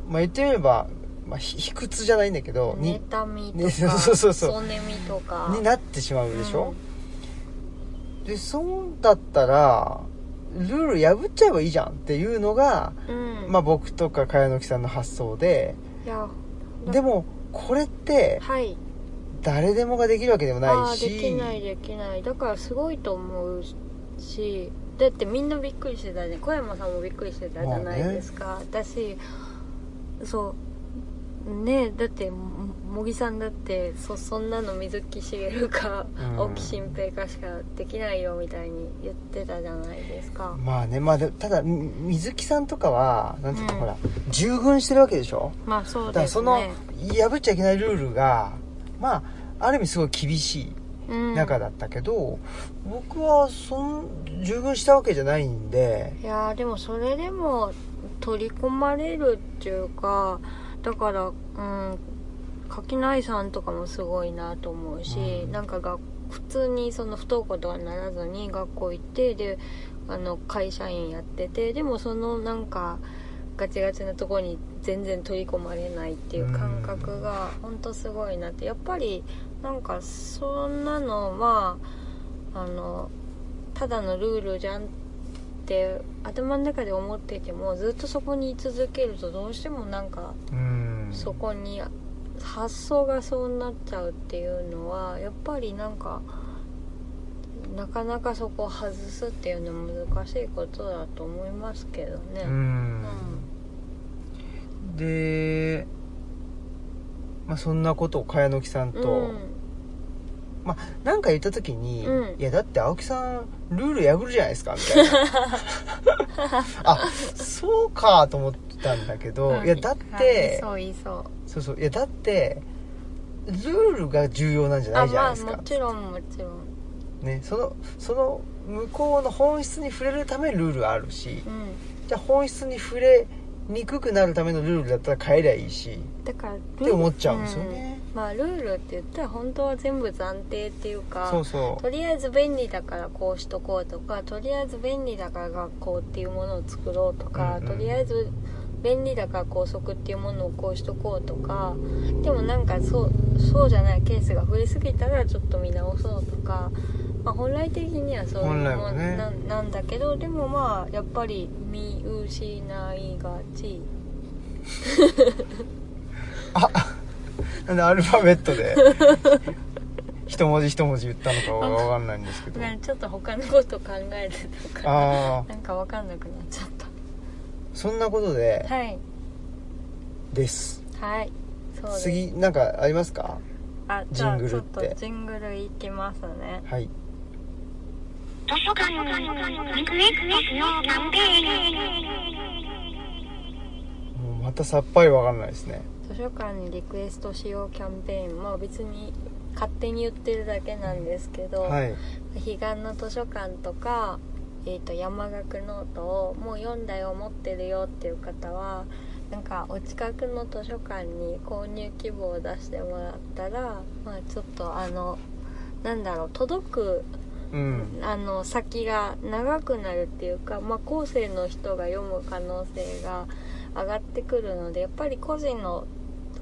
まあ、言ってみれば、まあ、ひ卑屈じゃないんだけど、に
妬みとか、
ねそうそうそう
ねみとか
になってしまうでしょ、でそうだったらルール破っちゃえばいいじゃんっていうのが、
うん、
まあ、僕とか茅野木さんの発想で
いや
でもこれって
はい
誰でもができるわけでも
あ
な
あ
い
ーでき
し
ないできないだからすごいと思うしだってみんなびっくりしてたね小山さんもびっくりしてたじゃないですか、私そうねえだっても茂木さんだってそそんなの水木しげるか
うん
青木新平かしかできないよみたいに言ってたじゃないですか
まあねまあでただみ水木さんとかはなんていうか、
うん
ほら従軍してるわけでしょ
まあそう
だか
で
ら
す
その
ね
破っちゃいけないルールがまあある意味すごい厳し
うん
い中だったけど、僕はそん従軍したわけじゃないんで
いやーでもそれでも取り込まれるっていうかだからうん垣内さんとかもすごいなと思うし、
うん
なんかが普通にその不登校とはならずに学校行ってであの会社員やっててでもそのなんかガチガチなところに全然取り込まれないっていう感覚が本当すごいなってやっぱりなんかそんなのはあのただのルールじゃんって頭の中で思っててもずっとそこに居続けるとどうしてもなんか
うん
そこに発想がそうなっちゃうっていうのはやっぱりなんかなかなかそこを外すっていうのは難しいことだと思いますけどね。
うんで、まあ、そんなことを茅野木さんと、
うん
なんか言った時に、
うん
いやだって青木さんルール破るじゃないですかみたいな あそうかと思ったんだけど、いやだって、
はいいそうい
そ
そう
うそういやだってルールが重要なんじゃな
あ
いじゃない
まあ
ですか、
もちろんもちろん
ね、そのその向こうの本質に触れるためルールあるし
うん
じゃあ本質に触れにくくなるためのルールだったら変えりゃいいし
だからルール
って思っちゃうんですよね、
うんまあルールって言ったら本当は全部暫定っていうか
そうそ
とりあえず便利だからこうしとこうとかとりあえず便利だから学校っていうものを作ろうとか、
うんうん
とりあえず便利だから校則っていうものをこうしとこうとかでもなんかそうそうじゃないケースが増えすぎたらちょっと見直そうとか、まあ、本来的にはそういう
本来
も
は
ん
ね
な,、なんだけどでもまあやっぱり見失いがち
うなんでアルファベットで一文字一文字言ったのかはわかんないんですけど
なんかちょっと他のこと考えてたから
ああ
なんかわかんなくなっちゃっ
そんなことで
たはい
です
はいそうです
次なんかありますか
あじゃあ
ジング
ち
ル
ょ
っ
ってとジングルいきますね
はい
図書館リクエストしようキャンペ
もうまたさっぱりわかんないですね
図書館にリクエストしようキャンペーンまあ別に勝手に言ってるだけなんですけど、
はい
彼岸の図書館とか、えー、と山岳ノートをもう読んだよ持ってるよっていう方はなんかお近くの図書館に購入希望を出してもらったらまあちょっとあのなんだろう届く
うん
あの先が長くなるっていうか、まあ、後世の人が読む可能性が上がってくるのでやっぱり個人の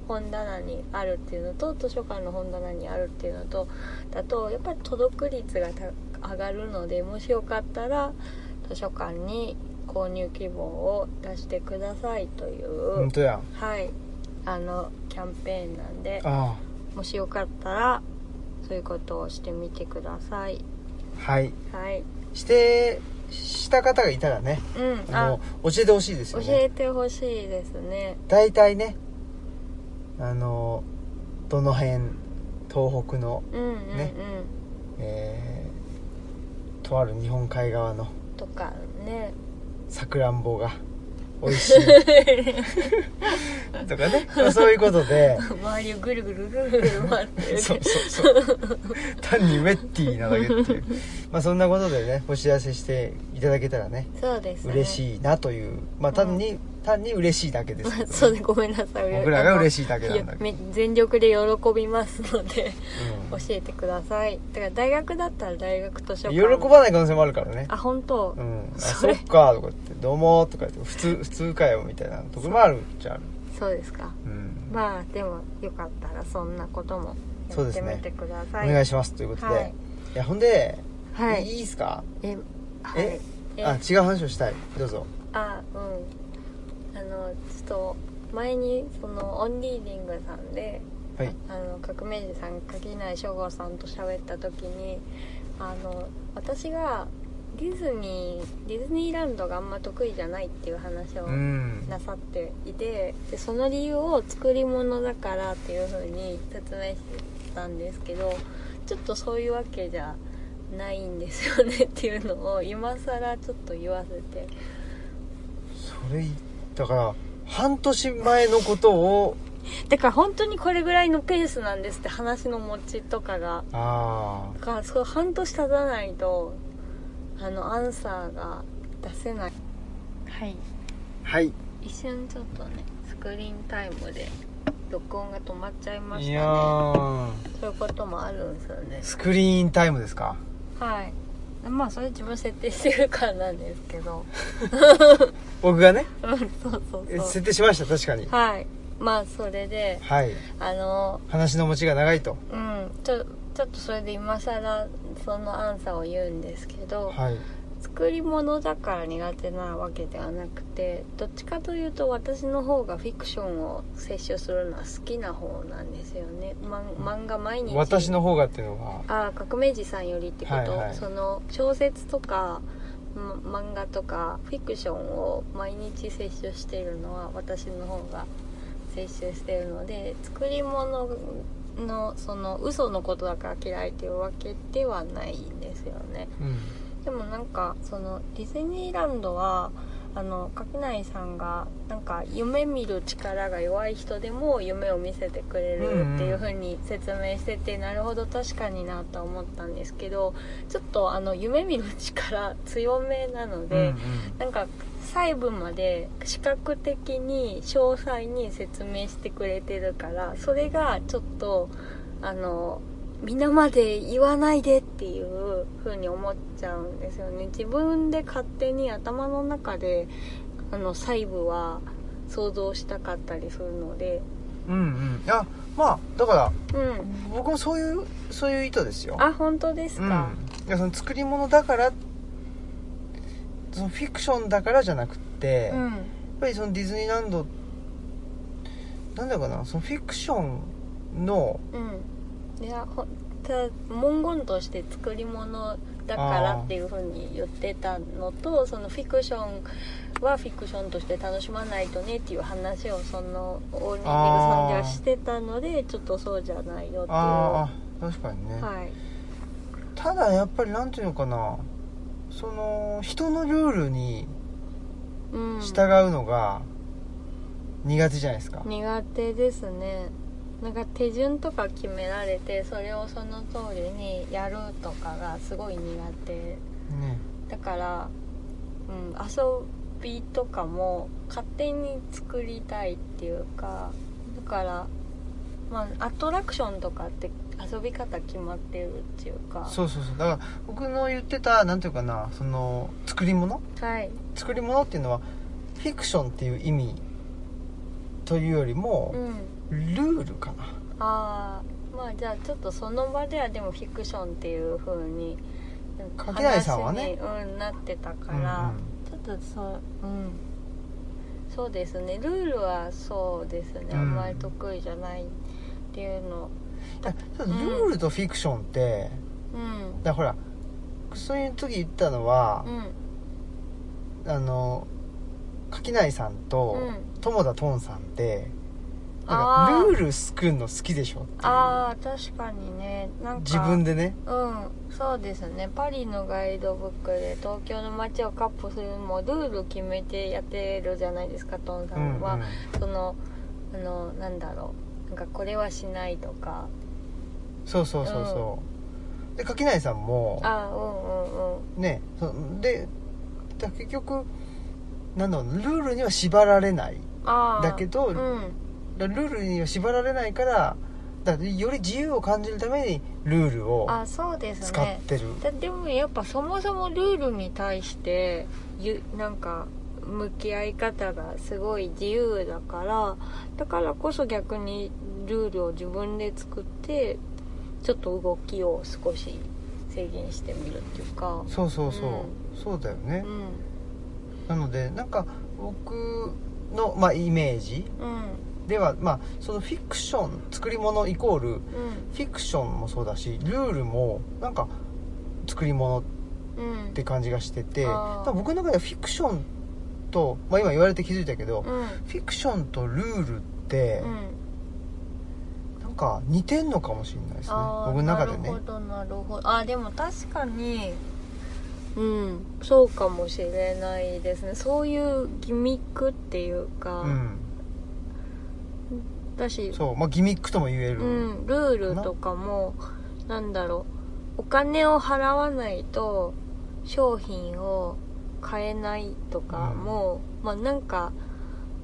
本棚にあるっていうのと図書館の本棚にあるっていうのとだとやっぱり届く率がた上がるのでもしよかったら図書館に購入希望を出してくださいという、
本当やん
はいあのキャンペーンなんで
あ
もしよかったらそういうことをしてみてください。
あはい
はい
してした方がいたらね
うん、
あ
あ
の教えてほしいです
教
よね
えてほしいですね
大体ねあのどの辺東北の、
うんうんうん、
ねえーとある日本海側の
とか ね
さくらんぼが美味しい とかね、まあそういうこと で
周りをぐるぐるぐるぐる回ってるね
そうそうそう単にウェッティなだけっていうまあそんなことでねお知らせしていただけたらね
そうですね
嬉しいなというまあ単に単に嬉しいだけですけどね、
そうでごめんなさい
僕らが嬉しいだけなんだけど
いやめ全力で喜びますので
う
教えてくださいだから大学だったら大学図書館
ん喜ばない可能性もあるからね
あ本当、
うん、あ
そ
そ
れ
っかとか言って「どうも」とか言って普通「普通かよ」みたいなところもあるじゃある
そうですか
うん、
まあでもよかったらそんなことも
そ
や
うで
っ
す
て
ね
みてください、
お願いしますということで、
はいい、
やほんで、、
はいい
いっすか
えはい
え
え
あ違う話をしたいどうぞ
あうんあのちょっと前にそのオンリーディングさんで、
はい
あの革命児さん垣内省吾さんと喋った時にあの私がディズニーディズニーランドがあんま得意じゃないっていう話を
うん
なさっていてでその理由を作り物だからっていう風に説明してたんですけどちょっとそういうわけじゃないんですよねっていうのを今更ちょっと言わせて
それだから半年前のことを
だから本当にこれぐらいのペースなんですって話の持ちとかが
あ
だからそう半年経たないとあのアンサーが出せないはい
あはい
一瞬ちょっとねスクリーンタイムで録音が止まっちゃいましたね
いやー
そういうこともあるんですよね
スクリーンタイムですか
はいまあそれ自分設定してるからなんですけど
僕がね
うん そうそう
え
そう
設定しました確かに
はいまあそれで
はい
あの
話の持ちが長いと
うんちょちょっとそれで今更そのアンサーを言うんですけど、
はい
作り物だから苦手なわけではなくてどっちかというと私の方がフィクションを摂取するのは好きな方なんですよね、ま、漫画毎日
私の方がっていうのは
ああ革命児さんよりってこと、
はいはい
その小説とか、ま漫画とかフィクションを毎日摂取しているのは私の方が摂取しているので作り物のその嘘のことだから嫌いというわけではないんですよね
うん
でもなんかそのディズニーランドはあの垣内さんがなんか夢見る力が弱い人でも夢を見せてくれるっていう風に説明してて、なるほど確かになと思ったんですけどちょっとあの夢見る力強めなの
うんう
で、
ん
なんか細部まで視覚的に詳細に説明してくれてるからそれがちょっとあの皆まで言わないでっていう風に思っちゃうんですよね自分で勝手に頭の中であの細部は想像したかったりするので
うんうんあまあだから
うん
僕もそういうそういう意図ですよ
あ本当ですか、
うん、いやその作り物だからそのフィクションだからじゃなくて、
う
やっ
ん
ぱりそのディズニーランドなんだろうなそのフィクションの
うんいやほんた文言として作り物だからっていうふうに言ってたのとそのフィクションはフィクションとして楽しまないとねっていう話をそのオーニングさんではしてたのでちょっとそうじゃないよっていう
あ
は
あ確かにね、
い
ただやっぱりなんていうのかなその人のルールに
うん
従うのが苦手じゃないですか、
苦手ですねなんか手順とか決められてそれをその通りにやるとかがすごい苦手
ね
だから、うん、遊びとかも勝手に作りたいっていうかだから、まあ、アトラクションとかって遊び方決まってるっていうか
そうそうそうだから僕の言ってたなんていうかなその作り物
はい
作り物っていうのはフィクションっていう意味というよりも
う、ん
ルールかな
ああまあじゃあちょっとその場ではでもフィクションっていう風に
垣内さんはね
話に、うん、なってたから、ちょっとそううんそうですねルールはそうですね、
うん
あんまり得意じゃないっていうの
いやちょっとルールとフィクションって、
うん
だからほらそういう時言ったのは
う、ん
あの垣内さんと、
うん
友田トンさんってな
あ
ん
ー
かルール作るの好きでしょっていう
ああ確かにねなんか
自分でね
うんそうですねパリのガイドブックで東京の街をカップするのもルール決めてやってるじゃないですかトンさんは、
うん
そのあのなんだろうなんかこれはしないとか
そうそうそうそう、で垣内さんも
ああうんうんうん
ねそでだ結局なのルールには縛られない
あー
だけど
うん
だルールには縛られないからだより自由を感じるためにルールを
あそうです
使っ
ね
てる
だでもやっぱそもそもルールに対してゆなんか向き合い方がすごい自由だからだからこそ逆にルールを自分で作ってちょっと動きを少し制限してみるっていうか
そうそうそう、そうだよ
う
ね、
ん
なのでなんか僕の、まあ、イメージ
うん
では、まあ、そのフィクション作り物イコールフ
う
ィクションもそうだしルールもなんか作り物っ
んうん
て感じがしてて
あー
だから僕の中ではフィクションと、まあ、今言われて気づいたけど、
うん
フィクションとルールって
うん
なんか似てんのかもしれないですね
あー
僕の中で
なる
ね
ほどなるほどあーでも確かにうんそうかもしれないですねそういうギミックっていうか、
うん
だし
そうまあギミックとも言える、
うん、ルールとかもなんだろうお金を払わないと商品を買えないとかも、まあなんか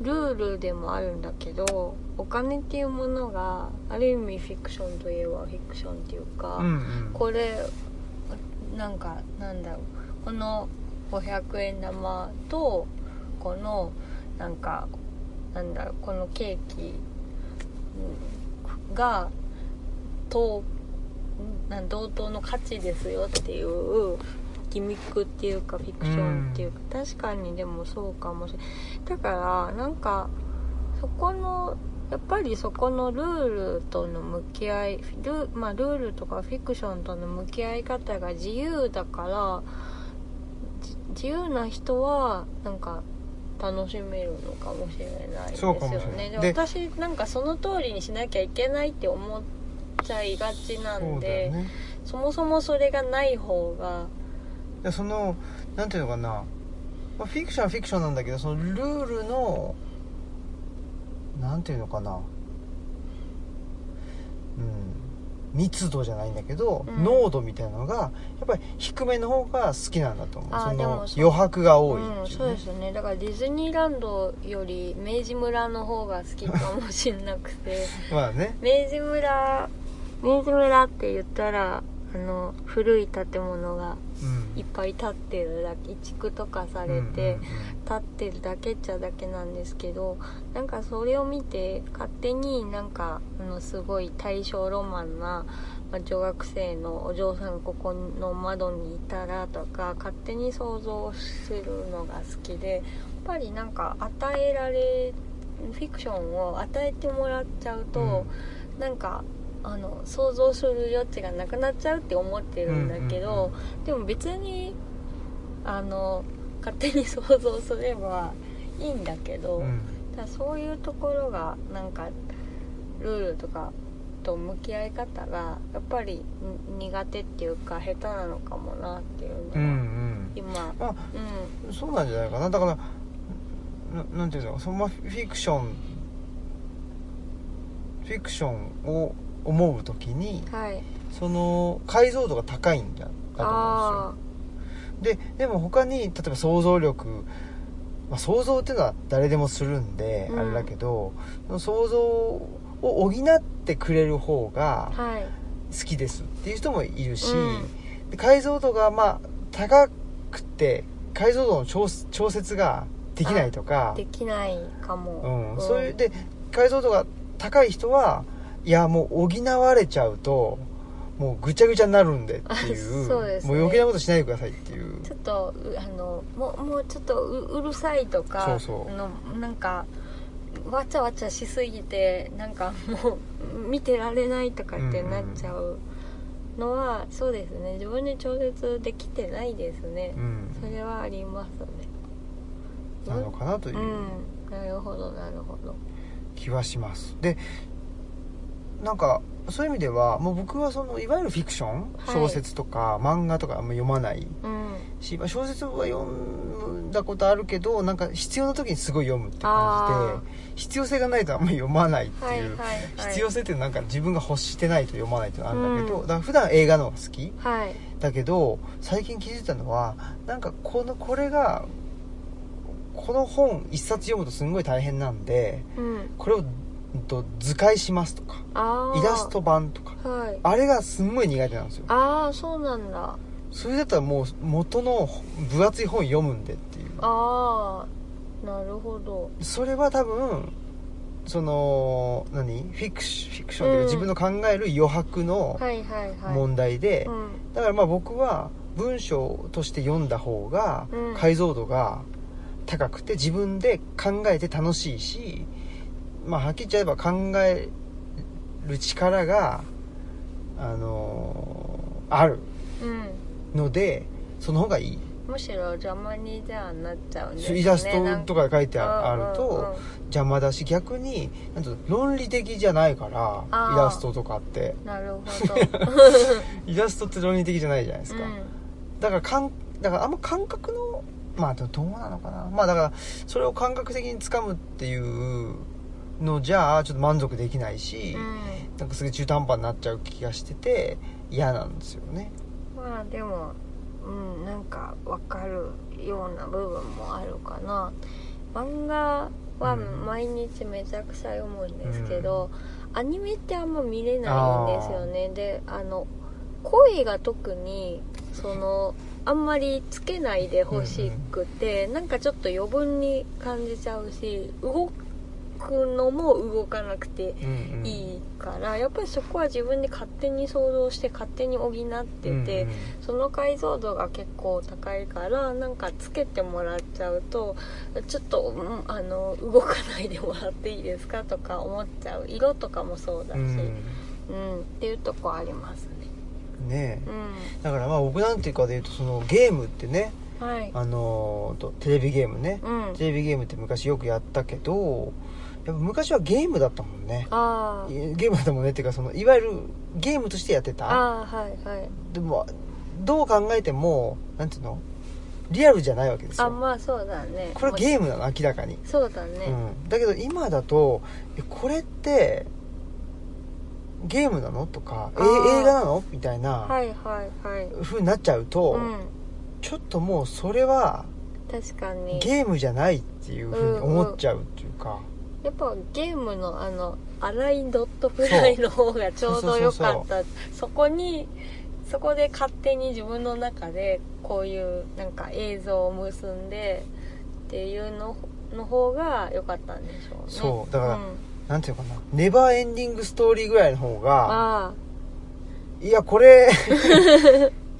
ルールでもあるんだけどお金っていうものがある意味フィクションといえばフィクションっていうか、
うんうん
これなんかなんだろうこの500円玉とこのなんかなんだろうこのケーキうんが等なん同等の価値ですよっていうギミックっていうかフィクションっていうか、確かにでもそうかもしれないだからなんかそこのやっぱりそこのルールとの向き合いル,、まあ、ルールとかフィクションとの向き合い方が自由だからじ自由な人はなんか楽しめるのかもしれないです
そ
よ
うかもしれない
ね
で
で私なんかその通りにしなきゃいけないって思っちゃいがちなん
そうだ
で
よ
そ,、
ね
もそもそれがない方が
でそのなんていうのかな、まあ、フィクションはフィクションなんだけどそのルールのなんていうのかなうん密度じゃないんだけど、
うん
濃度みたいなのがやっぱり低めの方が好きなんだと思う
あー
そ
で
の
もそう
余白が多いっていうね、
うん、そうですねだからディズニーランドより明治村の方が好きかもしれなくて
まあね
明治村明治村って言ったらあの古い建物が
うん
いっぱい建ってるだけ移築とかされて、
うんうんうん
立ってるだけっちゃだけなんですけどなんかそれを見て勝手になんかあのすごい大正ロマンな、まあ女学生のお嬢さんここの窓にいたらとか勝手に想像するのが好きでやっぱりなんか与えられフィクションを与えてもらっちゃうと、なんかあの想像する余地がなくなっちゃうって思ってるんだけど、
うん
でも別にあの勝手に想像すればいいんだけど、
うん
だからそういうところがなんかルールとかと向き合い方がやっぱりに苦手っていうか下手なのかもなっていう
うんう
のは、
んま
今、
あ
う
そうなんじゃないかなだからななんていうのそのまあフィクションフィクションを思うときに
ん、はい
その解像度が高いんだだと思
あ
うんですよででも他に例えば想像力、まあ、想像っていうのは誰でもするんで、
うん
あれだけどその想像を補ってくれる方が
あーはい
好きですっていう人もいるし、
う
で解像度がまあ高くて解像度の調調節ができないとか、
できないかも、
うん、そういうで解像度が高い人はいやもう補われちゃうともうぐちゃぐちゃになるんでっていう
そうですね
もう余計なことしないでくださいっていう
ちょっとうあのもうもうちょっとううるさいとか
そうそう
のなんかわちゃわちゃしすぎてなんかもう見てられないとかってなっちゃうのは、そうですね自分で調節できてないですね
う、ん
それはありますね
なのかなといううん
なるほどなるほど
気はしますでなんかそういう意味ではもう僕はそのいわゆるフィクション、
はい
小説とか漫画とかあんま読まない
うん
しまあ小説は読んだことあるけどなんか必要な時にすごい読むって感じで必要性がないとあんまり読まないって
はい
い
は
う、
いはい
必要性っていうのはなんか自分が欲してないと読まないっていうのがあるんだけど、
うん
だから普段映画の方が好き
はい
だけど最近気づいたのはなんかこのこれがこの本一冊読むとすんごい大変なんで
うん
これをうんと図解しますとか
ああ
イラスト版とか
はい
あれがすんごい苦手なんですよ
ああそうなんだ
それだったらもう元の分厚い本読むんでっていう
ああなるほど
それは多分その何フィクシフィクションという
うん
か自分の考える余白の
はいはいはい
問題で、
うん
だからまあ僕は文章として読んだ方が
うん
解像度が高くて自分で考えて楽しいし、まあ、はっきり言っちゃえば考える力が、あのーある
うん
のでその方がいい、
むしろ邪魔にじゃあなっちゃうんですね
イラストと
っ
か書いてああると邪魔だし逆になんていうの論理的じゃないから
あー
イラストとかって
なるほど
イラストって論理的じゃないじゃないですか、だからかんだからあんま感覚のまあどどうなのかなまあだからそれを感覚的につかむっていうのじゃあちょっと満足できないし、
うん、うん
なんかすげえ中途半端になっちゃう気がしてて嫌なんですよね
まあでもうんなんかわかるような部分もあるかな漫画は
うん
毎日めちゃくちゃ読むんですけど、アニメってあんま見れないんですよねであの声が特にそのあんまりつけないでほしくて、なんかちょっと余分に感じちゃうし動くのも動かなくて
うんうん
いいからやっぱりそこは自分で勝手に想像して勝手に補ってて、
うん
その解像度が結構高いからなんかつけてもらっちゃうとちょっと、うんあの動かないでもらっていいですかとか思っちゃう色とかもそうだし、
う
うんんっていうとこありますね。
うんねえ
う
だからまあ僕なんていうかで言うとそのゲームってね
ん、はい、
あのーとテレビゲームね、
うん、
テレビゲームって昔よくやったけどやっぱ昔はゲームだったもんね
あー
ゲームだったもんねっていうかそのいわゆるゲームとしてやってた
あーはいはい
でもどう考えてもなんていうのリアルじゃないわけです
あ
よ
まあそうだね
これはゲームなの明らかに、
そうだね、
うん、だけど今だとえこれってゲームなのとかえ
あー
映画なのみたいな
はいはいはい
風になっちゃうと、
うん
ちょっともうそれは
確かに
ゲームじゃないっていう風に思っちゃうっていうか、
やっぱゲームのあの粗いドットフライの方がちょうど良かったそこにそこで勝手に自分の中でこういうなんか映像を結んでっていうのの方が良かったんでしょうね
そうだから
ん
なんていうのかなネバーエンディングストーリーぐらいの方が
あ
いやこ れ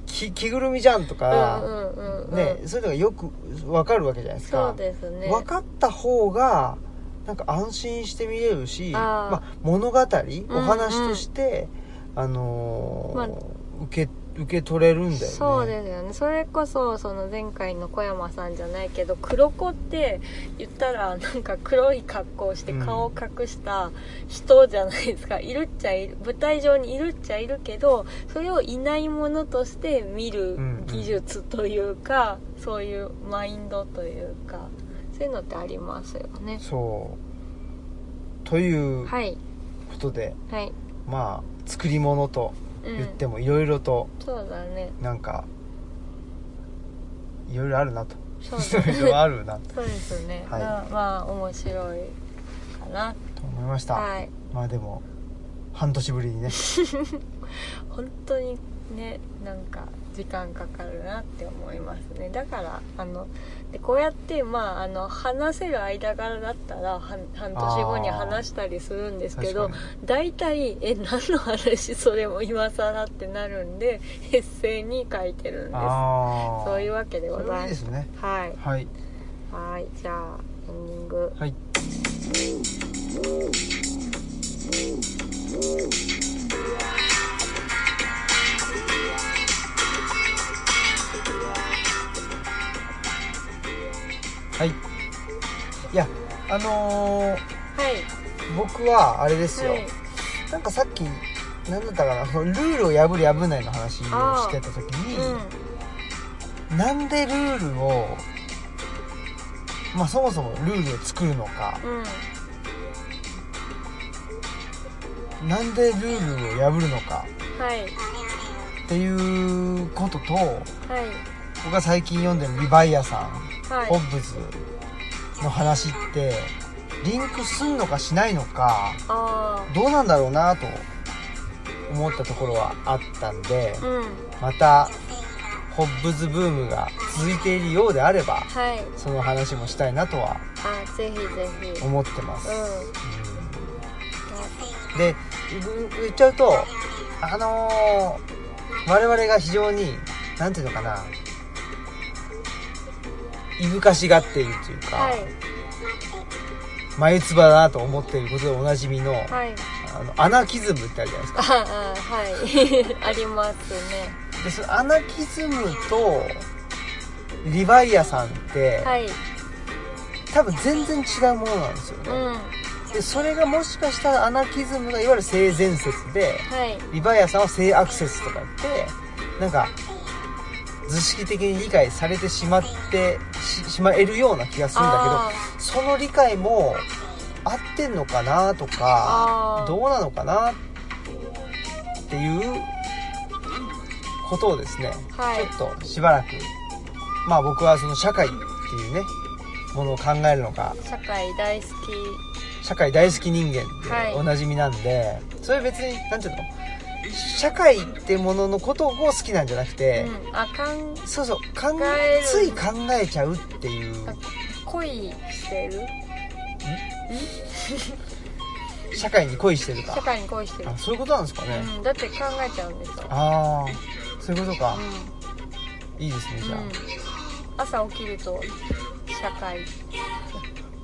き着ぐるみじゃんと
あ
か、
うんうんうんうん
ね、そういうのがよくわかるわけじゃないです
そ
か
うですね
分かった方がなんか安心して見れるし
あー
まあ、物語
うん
お話として、あのー
まあ
受け受け取れるんだよね
そうですよねそれこそその前回の小山さんじゃないけど黒子って言ったらなんか黒い格好をして
うん
顔を隠した人じゃないですか、いるっちゃいる舞台上にいるっちゃいるけどそれをいないものとして見る技術というか、そういうマインドというかそういうのってありますよね
そうというこ
はい
とで、
はい、
まあ作り物と
うん、
言ってもいろいろと
そうだ ね
なんかいろいろあるなと
そう
い
だね
ろいろあるな
そうですね、
はい
まあまあ面白いかな
と思いました、
はい
まあでも半年ぶりにね
本当にねなんか時間かかるなって思いますねだからあのでこうやってまああの話せる間柄だったら半半年後に話したりするんですけ
確か
ど
に
大体「え何の話それも今更」ってなるんでエッセイに書いてるんです
ああ
そういうわけで
そ
ご
れはいい
ざい
で
ますす
ね
はい
はい
はいじゃあエンディング
はいはいいやあのー
はい
僕はあれですよ、
はい
なんかさっき何だったかなそのルールを破る破ないの話をしてた時に、
う
なんでルールをまあそもそもルールを作るのか
んうん
なんでルールを破るのか
はい
っていうことと
はい
僕が最近読んでる「リヴァイアさん」
はい
ホッブズ」の話ってリンクすんのかしないのか
あ
どうなんだろうなと思ったところはあったんで
あうん
またホッブズブームが続いているようであれば
はい
その話もしたいなとは
あぜひぜひうん
思ってます、うんでう言っちゃうとあのー我々が非常に何ていうのかないぶかしがっているというか、
はい
眉唾だなと思っていることでおなじみの,、
はい
あのアナキズムってあるじゃないですか
ああはい ありますね
でそのアナキズムとリヴァイアさんって、
はい
多分全然違うものなんですよね
う、んは
でそれがもしかしたらアナキズムがいわゆる性善説で
い
リヴァイアさんは性アクセスとか言ってなんか図式的に理解されてしまってししまえるような気がするんだ
あ
けどその理解も合ってんのかなとか
あー
どうなのかなっていうことをですね、
はい
ちょっとしばらくまあ僕はその社会っていうねものを考えるのか
社会大好き
社会大好き人間
は
っ
い
ておなじみなんで、それ別に何ていうの社会ってもののことを好きなんじゃなくて、
うんあかん
そうそう考
考
え
える
つい考えちゃうっていう
恋してる
社会に恋してる
社
か
会に恋してる
あそういうことなんですかね、
うんだって考えちゃうんですよ
ああそういうことか
う、ん
いいですねじゃあ、
うん朝起きると社会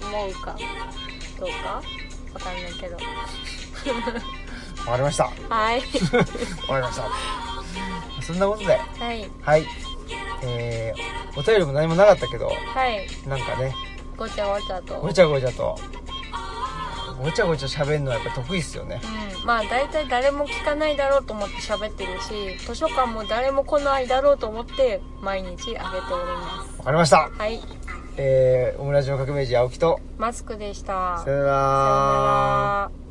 思うかどうかわかんないけど
わかりましたわ
はい
かりましたそんなことで
はい
はいえー、お便りも何もなかったけど
はい
なんかね
ごちゃごちゃと
ごちゃごちゃとごちゃごちゃ喋るのはやっぱ得意っすよね
うん、まあ大体誰も聞かないだろうと思って喋ってるし図書館も誰も来ないだろうと思って毎日あげております
わかりました
はい
えー、オムラジの革命児青木と
マスクでし
さ
た
よ
さよ
なら
なら